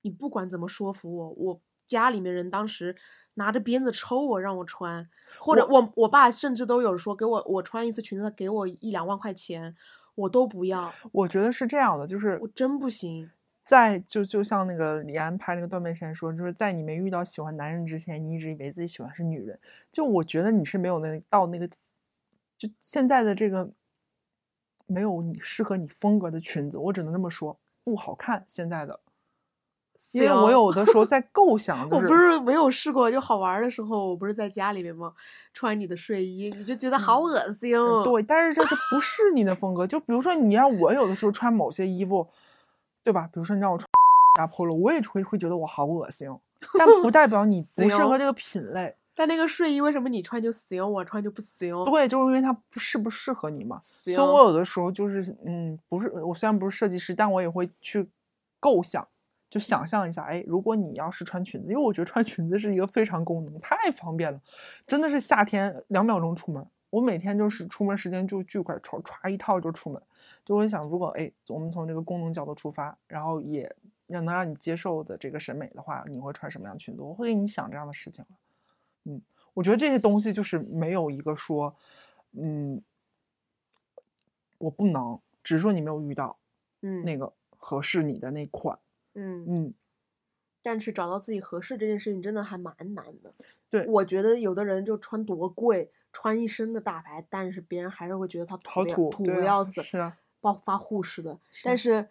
Speaker 2: 你不管怎么说服我，我家里面人当时拿着鞭子抽我，让我穿，或者我我爸甚至都有说给我我穿一次裙子给我一两万块钱，我都不要，
Speaker 1: 我觉得是这样的，就是
Speaker 2: 我真不行。
Speaker 1: 在就就像那个李安拍那个《断背山》说，就是在你没遇到喜欢男人之前，你一直以为自己喜欢是女人。就我觉得你是没有那到那个，就现在的这个没有你适合你风格的裙子，我只能这么说，不好看。现在的，因为我
Speaker 2: 行
Speaker 1: 有的时候在构想，就
Speaker 2: 我不是没有试过，就好玩儿的时候，我不是在家里面吗？穿你的睡衣，你就觉得好
Speaker 1: 嗯
Speaker 2: 恶心。
Speaker 1: 嗯，对，但是这是不是你的风格？就比如说，你让我有的时候穿某些衣服，对吧？比如说你让我穿大 polo，我也会会觉得我好恶心，但不代表你不适
Speaker 2: 行
Speaker 1: 合这个品类。
Speaker 2: 但那个睡衣为什么你穿就行，我穿就不行？
Speaker 1: 对，就是因为它不适不适合你嘛。所以
Speaker 2: 行，
Speaker 1: 我有的时候就是，嗯，不是我虽然不是设计师，但我也会去构想，就想象一下，哎，如果你要是穿裙子，因为我觉得穿裙子是一个非常功能，太方便了，真的是夏天两秒钟出门，我每天就是出门时间就巨快，歘歘一套就出门。就我想，如果哎，我们从这个功能角度出发，然后也让能让你接受的这个审美的话，你会穿什么样的裙子？我会给你想这样的事情了。嗯，我觉得这些东西就是没有一个说，嗯，我不能，只是说你没有遇到
Speaker 2: 嗯
Speaker 1: 那个合适你的那款。
Speaker 2: 嗯，
Speaker 1: 嗯，
Speaker 2: 但是找到自己合适这件事情真的还蛮难的。
Speaker 1: 对
Speaker 2: 我觉得有的人就穿多贵，穿一身的大牌，但是别人还是会觉得他
Speaker 1: 好
Speaker 2: 土的
Speaker 1: 土
Speaker 2: 土
Speaker 1: 对
Speaker 2: 的
Speaker 1: 啊
Speaker 2: 要死，
Speaker 1: 是啊，
Speaker 2: 暴发户似的。
Speaker 1: 是
Speaker 2: 但是，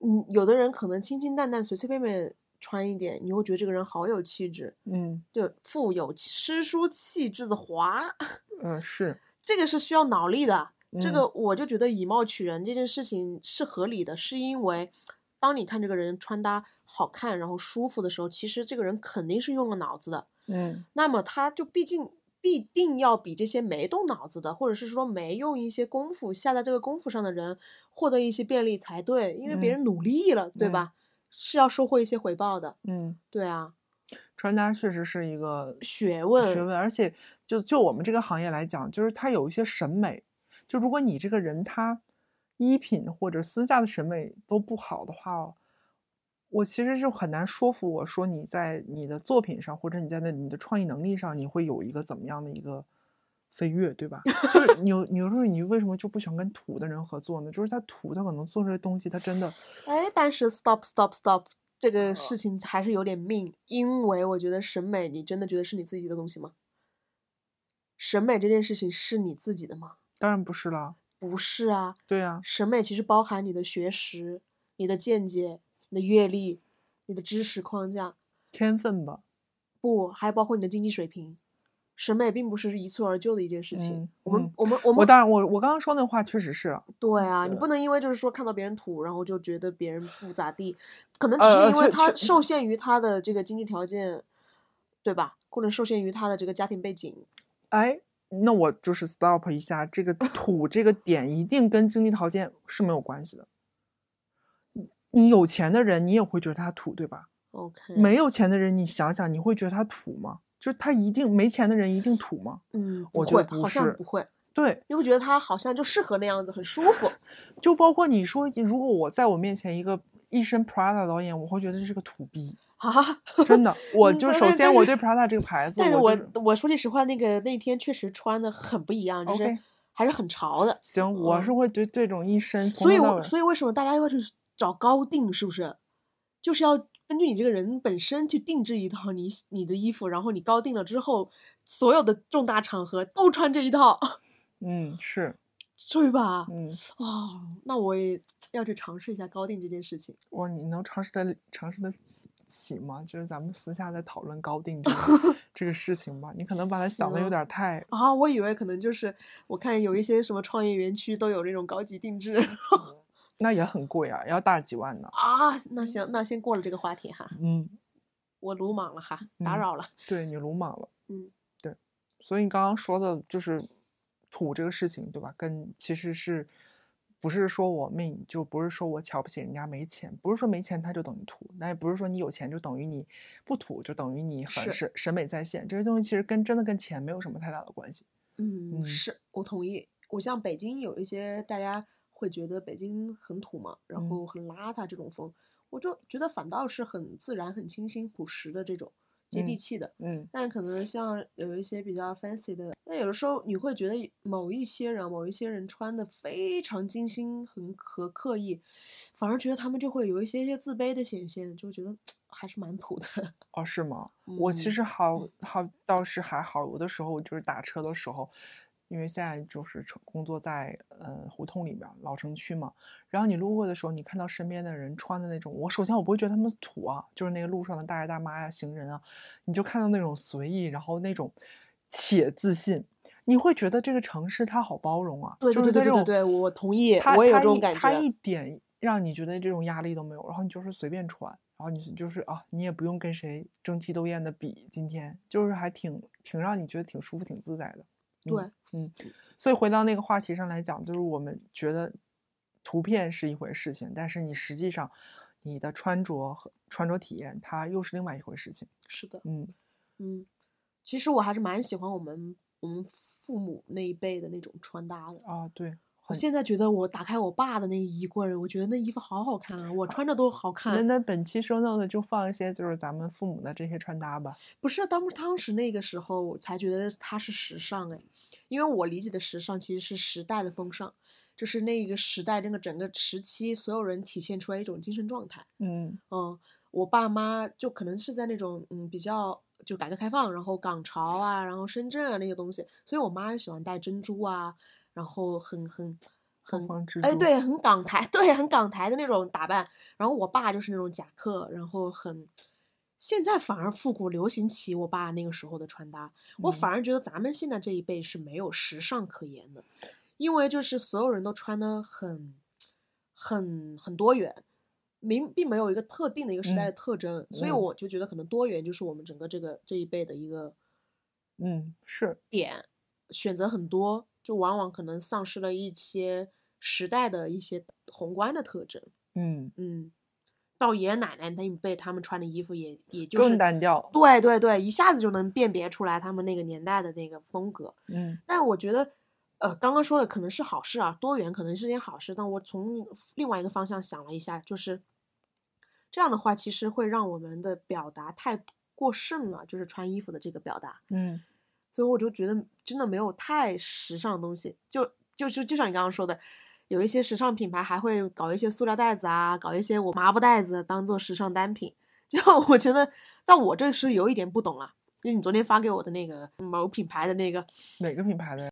Speaker 2: 嗯，有的人可能清清淡淡、随随便便穿一点，你会觉得这个人好有气质，
Speaker 1: 嗯
Speaker 2: 就富有气诗书气质的华， *laughs*
Speaker 1: 嗯、呃是，
Speaker 2: 这个是需要脑力的。这
Speaker 1: 嗯
Speaker 2: 个我就觉得以貌取人这件事情是合理的，是因为当你看这个人穿搭好看，然后舒服的时候，其实这个人肯定是用了脑子的。
Speaker 1: 嗯
Speaker 2: 那么他就毕竟必定要比这些没动脑子的，或者是说没用一些功夫下在这个功夫上的人获得一些便利才对，因为别
Speaker 1: 嗯
Speaker 2: 人努力了，对
Speaker 1: 嗯
Speaker 2: 吧？是要收获一些回报的，
Speaker 1: 嗯，
Speaker 2: 对啊，
Speaker 1: 穿搭确实是一个
Speaker 2: 学问，
Speaker 1: 学问，而且就就我们这个行业来讲，就是它有一些审美，就如果你这个人他衣品或者私下的审美都不好的话哦，我其实就很难说服我说你在你的作品上或者你在那你的创意能力上，你会有一个怎么样的一个飞跃，对吧？就是你有你有时候你为什么就不喜欢跟土的人合作呢？就是他土，他可能做出来的东西，他真的
Speaker 2: 哎，但是 stop stop stop 这
Speaker 1: 嗯
Speaker 2: 个事情还是有点命，因为我觉得审美，你真的觉得是你自己的东西吗？审美这件事情是你自己的吗？
Speaker 1: 当然不是啦，
Speaker 2: 不是啊，
Speaker 1: 对呀、
Speaker 2: 审美其实包含你的学识、你的见解、你的阅历、你的知识框架，
Speaker 1: 天分吧，
Speaker 2: 不还包括你的经济水平。审美并不是一蹴而就的一件事情。
Speaker 1: 嗯
Speaker 2: 我们、
Speaker 1: 嗯
Speaker 2: 我们我
Speaker 1: 我
Speaker 2: 们
Speaker 1: 当然我我刚刚说那话确实是啊，
Speaker 2: 对啊，你
Speaker 1: 对
Speaker 2: 不能因为就是说看到别人土，然后就觉得别人不咋地，可能只
Speaker 1: 呃
Speaker 2: 是
Speaker 1: 呃
Speaker 2: 因为
Speaker 1: 确
Speaker 2: 他
Speaker 1: 确
Speaker 2: 受限于他的这个经济条件，对吧？或者受限于他的这个家庭背景。
Speaker 1: 哎，那我就是 stop 一
Speaker 2: *laughs*
Speaker 1: 下，这个土这个点一定跟经济条件是没有关系的。你你有钱的人，你也会觉得他土，对吧？
Speaker 2: OK，，
Speaker 1: 没有钱的人，你想想，你会觉得他土吗？就是他一定没钱的人一定土吗？
Speaker 2: 嗯，不
Speaker 1: 我觉
Speaker 2: 会，
Speaker 1: 得不
Speaker 2: 好像
Speaker 1: 是
Speaker 2: 不会，
Speaker 1: 对，
Speaker 2: 你会觉得他好像就适合那样子，很舒
Speaker 1: *laughs*
Speaker 2: 服。
Speaker 1: 就包括你说，如果我在我面前一个一身 Prada 导演，我会觉得这是个土逼，
Speaker 2: 啊，*laughs*
Speaker 1: 真的。我
Speaker 2: 嗯
Speaker 1: 就
Speaker 2: 对
Speaker 1: 首
Speaker 2: 对
Speaker 1: 先
Speaker 2: 但
Speaker 1: 我
Speaker 2: 是
Speaker 1: 对 Prada 这个牌子，
Speaker 2: *laughs* 但是
Speaker 1: 我
Speaker 2: 我
Speaker 1: 就是
Speaker 2: 我说句实话，那个那天确实穿的很不一样，就是
Speaker 1: OK
Speaker 2: 还是很潮的。
Speaker 1: 行，我是
Speaker 2: 嗯
Speaker 1: 会对对这种一身从
Speaker 2: 所以
Speaker 1: 头到
Speaker 2: 我
Speaker 1: 尾
Speaker 2: 所以为什么大家要去找高定，是不是？就是要根据你这个人本身去定制一套你喜你的衣服，然后你高定了之后，所有的重大场合都穿这一套， *laughs*
Speaker 1: 嗯是
Speaker 2: 对吧？
Speaker 1: 嗯，
Speaker 2: 哦，那我也要去尝试一下高定这件事情。
Speaker 1: 哇，你能尝试的尝试的起起吗？就是咱们私下再讨论高定
Speaker 2: *laughs*
Speaker 1: 这个这个事情吧。你可能把它想的有
Speaker 2: 行
Speaker 1: 点太……
Speaker 2: 啊，我以为可能就是我看有一些什么创业园区都有这种高级定制 *laughs*
Speaker 1: 那也很贵啊，要大几万呢。
Speaker 2: 啊。那行，那先过了这个话题哈，
Speaker 1: 嗯，
Speaker 2: 我鲁莽了哈，打
Speaker 1: 嗯
Speaker 2: 扰了。
Speaker 1: 对你鲁莽了。
Speaker 2: 嗯，
Speaker 1: 对。所以你刚刚说的就是土这个事情，对吧？跟其实是不是说我命就不是说我瞧不起人家没钱，不是说没钱他就等于土，那也不是说你有钱就等于你不土，就等于你很
Speaker 2: 是
Speaker 1: 审审美在线。这些东西其实跟真的跟钱没有什么太大的关系。
Speaker 2: 嗯，
Speaker 1: 嗯
Speaker 2: 是我同意。我像北京有一些大家会觉得北京很土嘛，然
Speaker 1: 嗯
Speaker 2: 后很邋遢这种风，我就觉得反倒是很自然、很清新、朴实的这种接地
Speaker 1: 嗯
Speaker 2: 气的。
Speaker 1: 嗯。
Speaker 2: 但可能像有一些比较 fancy 的，那有的时候你会觉得某一些人、某一些人穿的非常精心、很和刻意，反而觉得他们就会有一些些自卑的显现，就觉得还是蛮土的。
Speaker 1: 哦，是吗？我其
Speaker 2: 嗯
Speaker 1: 实好好倒是还好，有的时候就是打车的时候，因为现在就是城工作在呃胡同里边儿老城区嘛，然后你路过的时候，你看到身边的人穿的那种，我首先我不会觉得他们土啊，就是那个路上的大爷大妈呀、行人啊，你就看到那种随意，然后那种且自信，你会觉得这个城市它好包容啊，
Speaker 2: 对
Speaker 1: 就
Speaker 2: 对
Speaker 1: 是
Speaker 2: 对对
Speaker 1: 这
Speaker 2: 对
Speaker 1: 种
Speaker 2: 对，我同意
Speaker 1: 他
Speaker 2: 我也有
Speaker 1: 他
Speaker 2: 这种
Speaker 1: 一
Speaker 2: 感
Speaker 1: 他
Speaker 2: 觉
Speaker 1: 一点让你觉得这种压力都没有，然后你就是随便穿，然后你就就是啊，你也不用跟谁争奇斗艳的比，今天就是还挺挺让你觉得挺舒服、挺自在的。
Speaker 2: 对，
Speaker 1: 嗯，所以回到那个话题上来讲，就是我们觉得图片是一回事情，但是你实际上你的穿着和穿着体验，它又是另外一回事情。
Speaker 2: 是的。
Speaker 1: 嗯
Speaker 2: 嗯，其实我还是蛮喜欢我们我们父母那一辈的那种穿搭的。
Speaker 1: 啊，对，
Speaker 2: 我
Speaker 1: 很
Speaker 2: 现在觉得我打开我爸的那一衣柜，我觉得那衣服好好看啊，我穿着都好
Speaker 1: 那
Speaker 2: 看。
Speaker 1: 那本期 show note 就放一些就是咱们父母的这些穿搭吧。
Speaker 2: 不是当当时那个时候我才觉得它是时尚哎，因为我理解的时尚其实是时代的风尚。这是那个时代那个整个时期所有人体现出来一种精神状态。
Speaker 1: 嗯
Speaker 2: 嗯，我爸妈就可能是在那种嗯比较就改革开放，然后港潮啊，然后深圳啊那些东西，所以我妈喜欢戴珍珠啊，然后很很
Speaker 1: 凤
Speaker 2: 很
Speaker 1: 凰之
Speaker 2: 哎
Speaker 1: 珠
Speaker 2: 对，很港台， *laughs* 对，很港台的那种打扮。然后我爸就是那种夹克，然后很。现在反而复古流行起我爸那个时候的穿搭，我
Speaker 1: 嗯
Speaker 2: 反而觉得咱们现在这一辈是没有时尚可言的，因为就是所有人都穿的很、很、很多元，明并没有一个特定的一个时代的特征，所以
Speaker 1: 嗯
Speaker 2: 我就觉得可能多元就是我们整个这个这一辈的一个
Speaker 1: 嗯是
Speaker 2: 点，选择很多，就往往可能丧失了一些时代的一些宏观的特征。
Speaker 1: 嗯
Speaker 2: 嗯，到爷爷奶奶那一辈，他们穿的衣服也也就
Speaker 1: 更
Speaker 2: 是。
Speaker 1: 单调
Speaker 2: 对对对，一下子就能辨别出来他们那个年代的那个风格。
Speaker 1: 嗯
Speaker 2: 但我觉得，呃，刚刚说的可能是好事啊，多元可能是件好事。但我从另外一个方向想了一下，就是这样的话，其实会让我们的表达太过剩了，就是穿衣服的这个表达。
Speaker 1: 嗯
Speaker 2: 所以我就觉得真的没有太时尚的东西，就就就就像你刚刚说的。有一些时尚品牌还会搞一些塑料袋子啊，搞一些我麻布袋子当做时尚单品，就我觉得到我这时候有一点不懂了，就是你昨天发给我的那个某品牌的那个
Speaker 1: 哪个品牌的呀？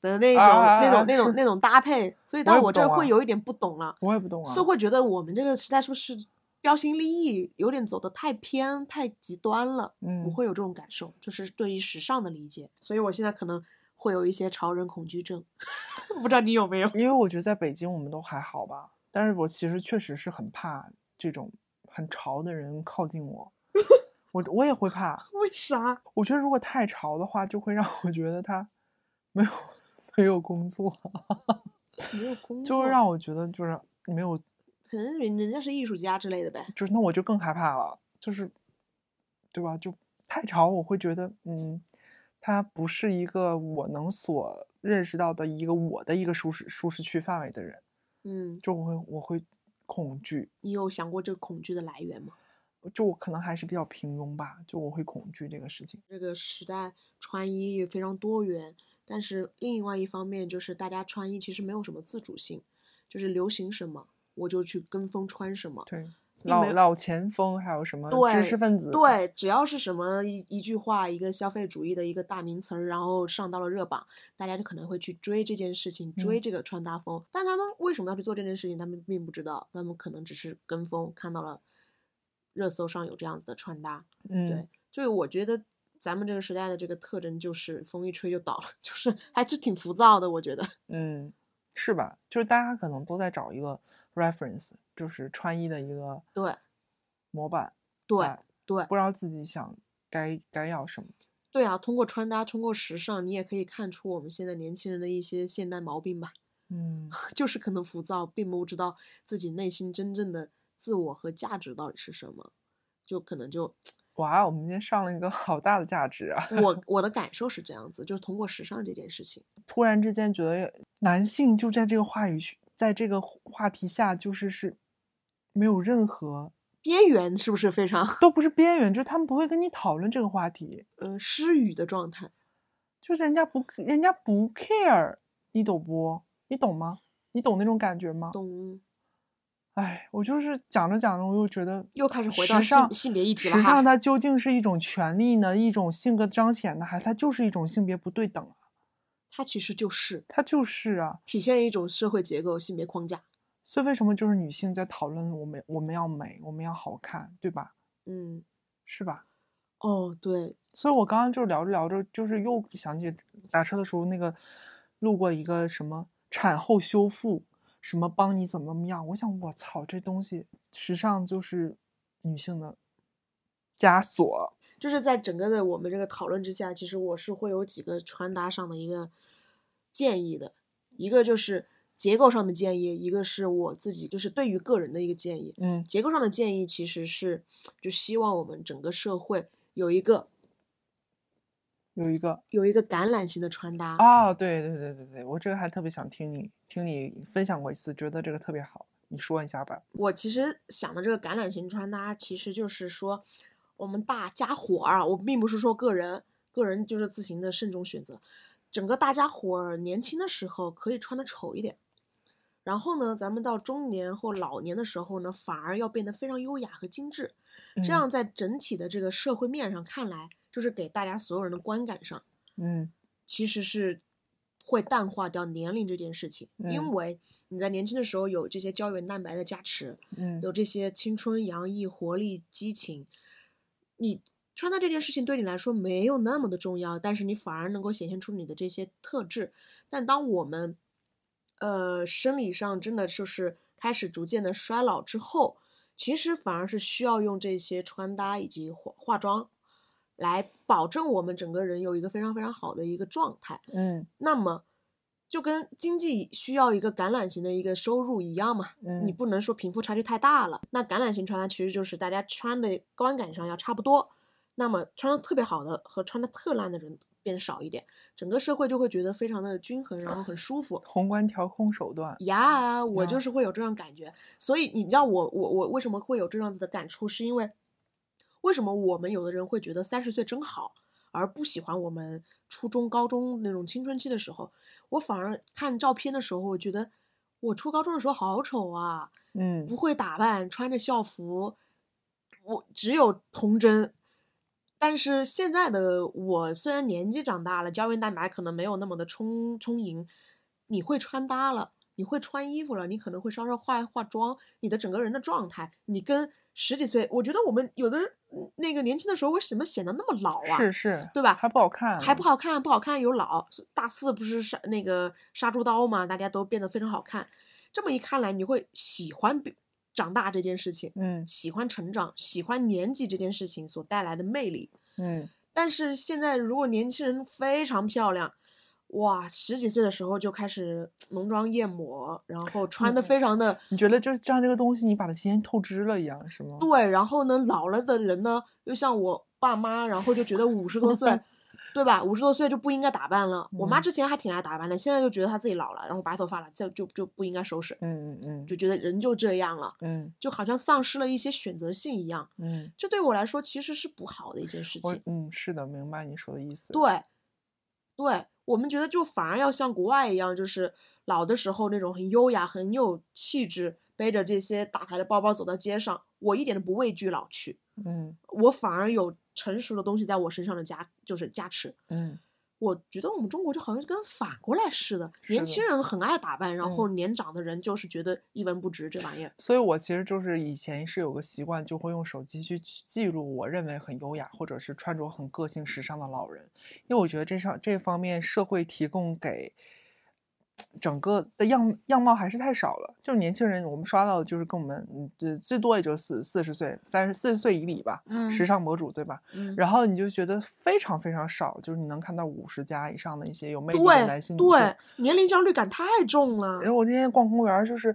Speaker 2: 的那种、
Speaker 1: 啊啊啊
Speaker 2: 那种、
Speaker 1: 啊
Speaker 2: 那种
Speaker 1: 是、
Speaker 2: 那种搭配，所以到
Speaker 1: 我也
Speaker 2: 我
Speaker 1: 不
Speaker 2: 这儿
Speaker 1: 懂啊
Speaker 2: 会有一点不懂了，
Speaker 1: 我也不懂啊
Speaker 2: 是。会觉得我们这个时代是不是标新立异，有点走的太偏、太极端了？
Speaker 1: 嗯
Speaker 2: 我会有这种感受，就是对于时尚的理解，所以我现在可能会有一些潮人恐惧症， *laughs* 不知道你有没有？ *laughs*
Speaker 1: 因为我觉得在北京我们都还好吧，但是我其实确实是很怕这种很潮的人靠近 *laughs* 我，我我也会怕。
Speaker 2: 为啥？
Speaker 1: 我觉得如果太潮的话，就会让我觉得他没有 *laughs* 没有工作，
Speaker 2: 没有工
Speaker 1: 就
Speaker 2: 作，
Speaker 1: 会让我觉得就是没有，
Speaker 2: 可能人人家是艺术家之类的呗。
Speaker 1: 就是那我就更害怕了，就是对吧？就太潮，我会觉得嗯，他不是一个我能所认识到的一个我的一个舒适舒适区范围的人，
Speaker 2: 嗯，
Speaker 1: 就我会我会恐惧。
Speaker 2: 你有想过这个恐惧的来源吗？
Speaker 1: 就我可能还是比较平庸吧，就我会恐惧这个事情。
Speaker 2: 这个时代穿衣也非常多元，但是另外一方面就是大家穿衣其实没有什么自主性，就是流行什么我就去跟风穿什么。
Speaker 1: 对，
Speaker 2: 你
Speaker 1: 老
Speaker 2: 没
Speaker 1: 老前锋，还有什么知识
Speaker 2: 对
Speaker 1: 分子？，
Speaker 2: 对，只要是什么一一句话，一个消费主义的一个大名词儿，然后上到了热榜，大家就可能会去追这件事情，追
Speaker 1: 嗯
Speaker 2: 这个穿搭风。但他们为什么要去做这件事情，他们并不知道，他们可能只是跟风，看到了热搜上有这样子的穿搭，对
Speaker 1: 嗯，，
Speaker 2: 就是我觉得咱们这个时代的这个特征就是风一吹就倒了， *laughs* 就是还是挺浮躁的。我觉得，
Speaker 1: 嗯，是吧？就是大家可能都在找一个 reference，就是穿衣的一个
Speaker 2: 对
Speaker 1: 模板，
Speaker 2: 对，对
Speaker 1: 不知道自己想该该要什么。
Speaker 2: *laughs* 对啊！通过穿搭，通过时尚，你也可以看出我们现在年轻人的一些现代毛病吧， *laughs*
Speaker 1: 嗯，
Speaker 2: 就是可能浮躁，并不知道自己内心真正的自我和价值到底是什么，就可能
Speaker 1: *laughs*
Speaker 2: 就
Speaker 1: 哇，我们今天上了一个好大的价值啊！ *laughs*
Speaker 2: 我我的感受是这样子，就是通过时尚这件事情，
Speaker 1: 突然之间觉得男性就在这个话语区，在这个话题下，就是是没有任何
Speaker 2: 边缘是不是非常 *laughs*
Speaker 1: 都不是边缘，就是他们不会跟你讨论这个话题，
Speaker 2: 嗯失语的状态？
Speaker 1: 就是人家不人家不 care，你懂不？你懂吗？你懂那种感觉吗？
Speaker 2: 懂，
Speaker 1: 哎，我就是讲着讲着，我又觉得
Speaker 2: 又开始回到
Speaker 1: 时尚
Speaker 2: 性性别议题了哈。
Speaker 1: 时尚它究竟是一种权利呢，一种性格彰显呢，还它就是一种性别不对等啊，
Speaker 2: 它其实就是
Speaker 1: 它就是啊。
Speaker 2: 体现一种社会结构、性别框架。
Speaker 1: 所以为什么就是女性在讨论我们我们要美，我们要好看，对吧？
Speaker 2: 嗯，
Speaker 1: 是吧？
Speaker 2: 哦，对，
Speaker 1: 所以我刚刚就聊着聊着，就是又想起打车的时候那个路过一个什么产后修复，什么帮你怎么怎么样。我想，我操，这东西时尚就是女性的枷锁。
Speaker 2: 就是在整个的我们这个讨论之下，其实我是会有几个穿搭上的一个建议的，一个就是结构上的建议，一个是我自己就是对于个人的一个建议。
Speaker 1: 嗯
Speaker 2: 结构上的建议其实是就希望我们整个社会有一个
Speaker 1: 有一个
Speaker 2: 有一个橄榄型的穿搭。
Speaker 1: 啊，对对对对对，我这个还特别想听你听你分享过一次，觉得这个特别好，你说一下吧。
Speaker 2: 我其实想的这个橄榄型穿搭，其实就是说，我们大家伙儿啊，我并不是说个人，个人就是自行的慎重选择，整个大家伙儿年轻的时候可以穿的丑一点，然后呢，咱们到中年或老年的时候呢，反而要变得非常优雅和精致。这
Speaker 1: 嗯
Speaker 2: 样在整体的这个社会面上看来，就是给大家所有人的观感上，
Speaker 1: 嗯，
Speaker 2: 其实是会淡化掉年龄这件事情，
Speaker 1: 嗯
Speaker 2: 因为你在年轻的时候有这些胶原蛋白的加持，
Speaker 1: 嗯
Speaker 2: 有这些青春洋溢、活力、激情，你穿搭这件事情对你来说没有那么的重要，但是你反而能够显现出你的这些特质。但当我们呃生理上真的就是开始逐渐的衰老之后，其实反而是需要用这些穿搭以及化化妆来保证我们整个人有一个非常非常好的一个状态。
Speaker 1: 嗯
Speaker 2: 那么就跟经济需要一个橄榄型的一个收入一样嘛，
Speaker 1: 嗯，
Speaker 2: 你不能说贫富差距太大了。那橄榄型穿搭其实就是大家穿的观感上要差不多，那么穿的特别好的和穿的特烂的人变少一点，整个社会就会觉得非常的均衡，然后很舒服。
Speaker 1: 宏观调控手段，
Speaker 2: 呀，我
Speaker 1: 呀
Speaker 2: 就是会有这种感觉，所以你知道我我我为什么会有这样子的感触，是因为为什么我们有的人会觉得三十岁真好，而不喜欢我们初中、高中那种青春期的时候，我反而看照片的时候，我觉得我初高中的时候好丑啊，
Speaker 1: 嗯
Speaker 2: 不会打扮，穿着校服，我只有童真。但是现在的我虽然年纪长大了，胶原蛋白可能没有那么的充充盈，你会穿搭了，你会穿衣服了，你可能会稍稍化化妆，你的整个人的状态，你跟十几岁，我觉得我们有的人嗯那个年轻的时候为什么显得那么老啊？
Speaker 1: 是是，
Speaker 2: 对吧
Speaker 1: 还不好看，啊
Speaker 2: 还不好看，不好看有老。大四不是杀那个杀猪刀嘛，大家都变得非常好看。这么一看来，你会喜欢比长大这件事情，
Speaker 1: 嗯
Speaker 2: 喜欢成长，喜欢年纪这件事情所带来的魅力。
Speaker 1: 嗯
Speaker 2: 但是现在，如果年轻人非常漂亮，哇，十几岁的时候就开始浓妆艳抹，然后穿的
Speaker 1: 嗯
Speaker 2: 非常的
Speaker 1: 你觉得就是这样这个东西，你把它提前透支了一样，是吗？
Speaker 2: 对，然后呢，老了的人呢，又像我爸妈，然后就觉得五十多
Speaker 1: *laughs*
Speaker 2: 岁，对吧？五十多岁就不应该打扮了。我妈
Speaker 1: 嗯
Speaker 2: 之前还挺爱打扮的，现在就觉得她自己老了，然后白头发了，就就就不应该收拾，
Speaker 1: 嗯嗯
Speaker 2: 就觉得人就这样了，
Speaker 1: 嗯
Speaker 2: 就好像丧失了一些选择性一样。
Speaker 1: 嗯嗯，
Speaker 2: 这对我来说其实是不好的一件事
Speaker 1: 我
Speaker 2: 情。
Speaker 1: 嗯是的，明白你说的意思。
Speaker 2: 对，对我们觉得就反而要像国外一样，就是老的时候那种很优雅、很有气质，背着这些大牌的包包走到街上，我一点都不畏惧老去。
Speaker 1: 嗯
Speaker 2: 我反而有成熟的东西在我身上的加，就是加持。
Speaker 1: 嗯
Speaker 2: 我觉得我们中国就好像跟反过来似的，
Speaker 1: 是
Speaker 2: 年
Speaker 1: 的
Speaker 2: 轻人很爱打扮，然后年长的人就是觉得一文不值这玩意儿。
Speaker 1: 所以我其实就是以前是有个习惯，就会用手机去记记录我认为很优雅或者是穿着很个性时尚的老人，因为我觉得这上这方面社会提供给整个的样样貌还是太少了。就是年轻人，我们刷到的就是跟我们嗯最最多也就四四十岁、三十四十岁以里吧，
Speaker 2: 嗯
Speaker 1: 时尚博主对吧？
Speaker 2: 嗯，
Speaker 1: 然后你就觉得非常非常少，就是你能看到五十加以上的一些有魅力的男性
Speaker 2: 对
Speaker 1: 女性。
Speaker 2: 对，年龄焦虑感太重了
Speaker 1: 然。后我那天逛公园儿，就是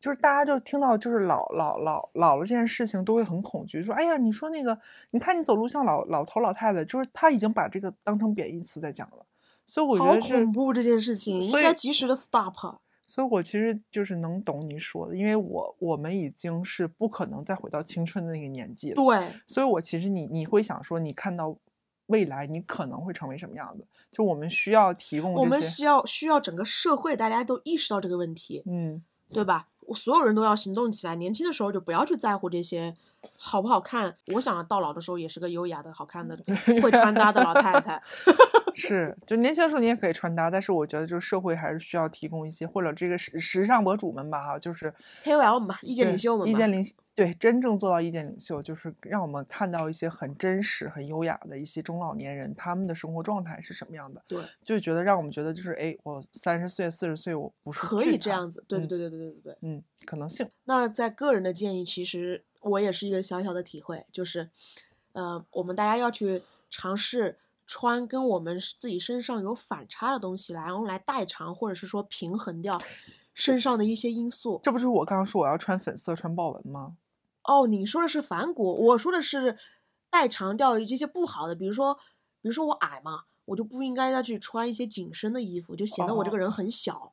Speaker 1: 就是大家就听到就是老老老老了这件事情都会很恐惧，说哎呀，你说那个，你看你走路像老老头老太太，就是他已经把这个当成贬义词在讲了。所以我觉
Speaker 2: 好
Speaker 1: 得是
Speaker 2: 恐，怖这件事情，应
Speaker 1: 所以
Speaker 2: 该及时的 stop。
Speaker 1: 所以我其实就是能懂你说的，因为我我们已经是不可能再回到青春的那个年纪了。
Speaker 2: 对，
Speaker 1: 所以我其实你你会想说，你看到未来你可能会成为什么样子？就我们需要提供
Speaker 2: 我
Speaker 1: 这
Speaker 2: 们
Speaker 1: 些，
Speaker 2: 需要需要整个社会大家都意识到这个问题，
Speaker 1: 嗯
Speaker 2: 对吧？我所有人都要行动起来，年轻的时候就不要去在乎这些好不好看。我想到老的时候也是个优雅的、好看的、会穿搭的老太太。
Speaker 1: 是，就年轻的时候你也可以穿搭，但是我觉得就是社会还是需要提供一些，或者这个时时尚博主们吧，哈，就是
Speaker 2: KOL 们吧，意
Speaker 1: 意
Speaker 2: 见领袖们
Speaker 1: 意
Speaker 2: 吧，
Speaker 1: 见领袖对真正做到意见领袖，就是让我们看到一些很真实、很优雅的一些中老年人他们的生活状态是什么样的，
Speaker 2: 对，
Speaker 1: 就觉得让我们觉得就是哎，我三十岁、四十岁我不是
Speaker 2: 可
Speaker 1: 惧
Speaker 2: 以这
Speaker 1: 怕，
Speaker 2: 样子。对对
Speaker 1: 嗯
Speaker 2: 对对对对对对。
Speaker 1: 嗯，可能性，
Speaker 2: 那在个人的建议，其实我也是一个小小的体会，就是，呃，我们大家要去尝试穿跟我们自己身上有反差的东西来，然后来代偿或者是说平衡掉身上的一些因素。
Speaker 1: 这不是我刚刚说我要穿粉色、穿豹纹吗？
Speaker 2: 哦，你说的是反骨，我说的是代偿掉这些不好的，比如说，比如说我矮嘛，我就不应该再去穿一些紧身的衣服，就显得我这个
Speaker 1: 哦
Speaker 2: 人很小。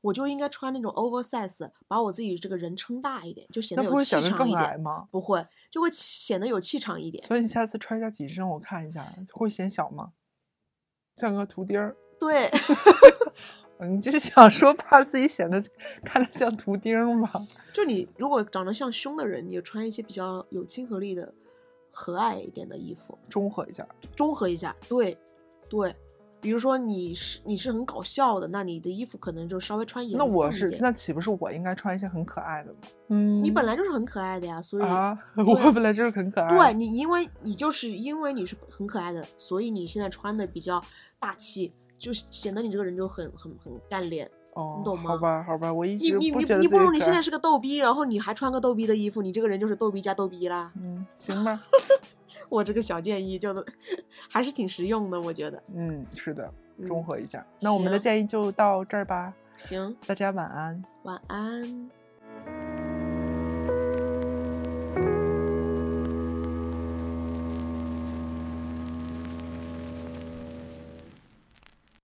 Speaker 2: 我就应该穿那种 oversize，把我自己这个人撑大一点，就显
Speaker 1: 那
Speaker 2: 得
Speaker 1: 不
Speaker 2: 有
Speaker 1: 是
Speaker 2: 气
Speaker 1: 显得
Speaker 2: 场
Speaker 1: 更
Speaker 2: 一
Speaker 1: 矮
Speaker 2: 点。
Speaker 1: 吗？
Speaker 2: 不会，就会显得有气场一点。
Speaker 1: 所以你下次穿一下紧身，我看一下会显小吗？像个图钉儿。
Speaker 2: 对，
Speaker 1: 你就是想说怕自己显得看着像图钉吧？
Speaker 2: *laughs* 就你如果长得像凶的人，你就穿一些比较有亲和力的、和蔼一点的衣服，
Speaker 1: 中和一下，
Speaker 2: 中和一下。对，对，比如说你是你是很搞笑的，那你的衣服可能就稍微穿严
Speaker 1: 那
Speaker 2: 肃一点。
Speaker 1: 我是那岂不是我应该穿一些很可爱的吗？嗯，
Speaker 2: 你本来就是很可爱的呀，所以、
Speaker 1: 啊，我本来就是很可爱。
Speaker 2: 对你，因为你就是因为你是很可爱的，所以你现在穿的比较大气，就显得你这个人就很很很干练。
Speaker 1: 哦，
Speaker 2: 你懂吗
Speaker 1: 好吧，好吧，我一
Speaker 2: 你
Speaker 1: 直
Speaker 2: 你你
Speaker 1: 觉得
Speaker 2: 你
Speaker 1: 自
Speaker 2: 不
Speaker 1: 己
Speaker 2: 如你
Speaker 1: 可
Speaker 2: 现
Speaker 1: 爱
Speaker 2: 在是个逗逼，然后你还穿个逗逼的衣服，你这个人就是逗逼加逗逼啦。
Speaker 1: 嗯，行吧，
Speaker 2: *laughs* 我这个小建议就能 *laughs* 还是挺实用的，我觉得。
Speaker 1: 嗯，是的，
Speaker 2: 嗯
Speaker 1: 中和一下。那我们的
Speaker 2: 行
Speaker 1: 建议就到这儿吧，
Speaker 2: 行，
Speaker 1: 大家晚安。
Speaker 2: 晚安。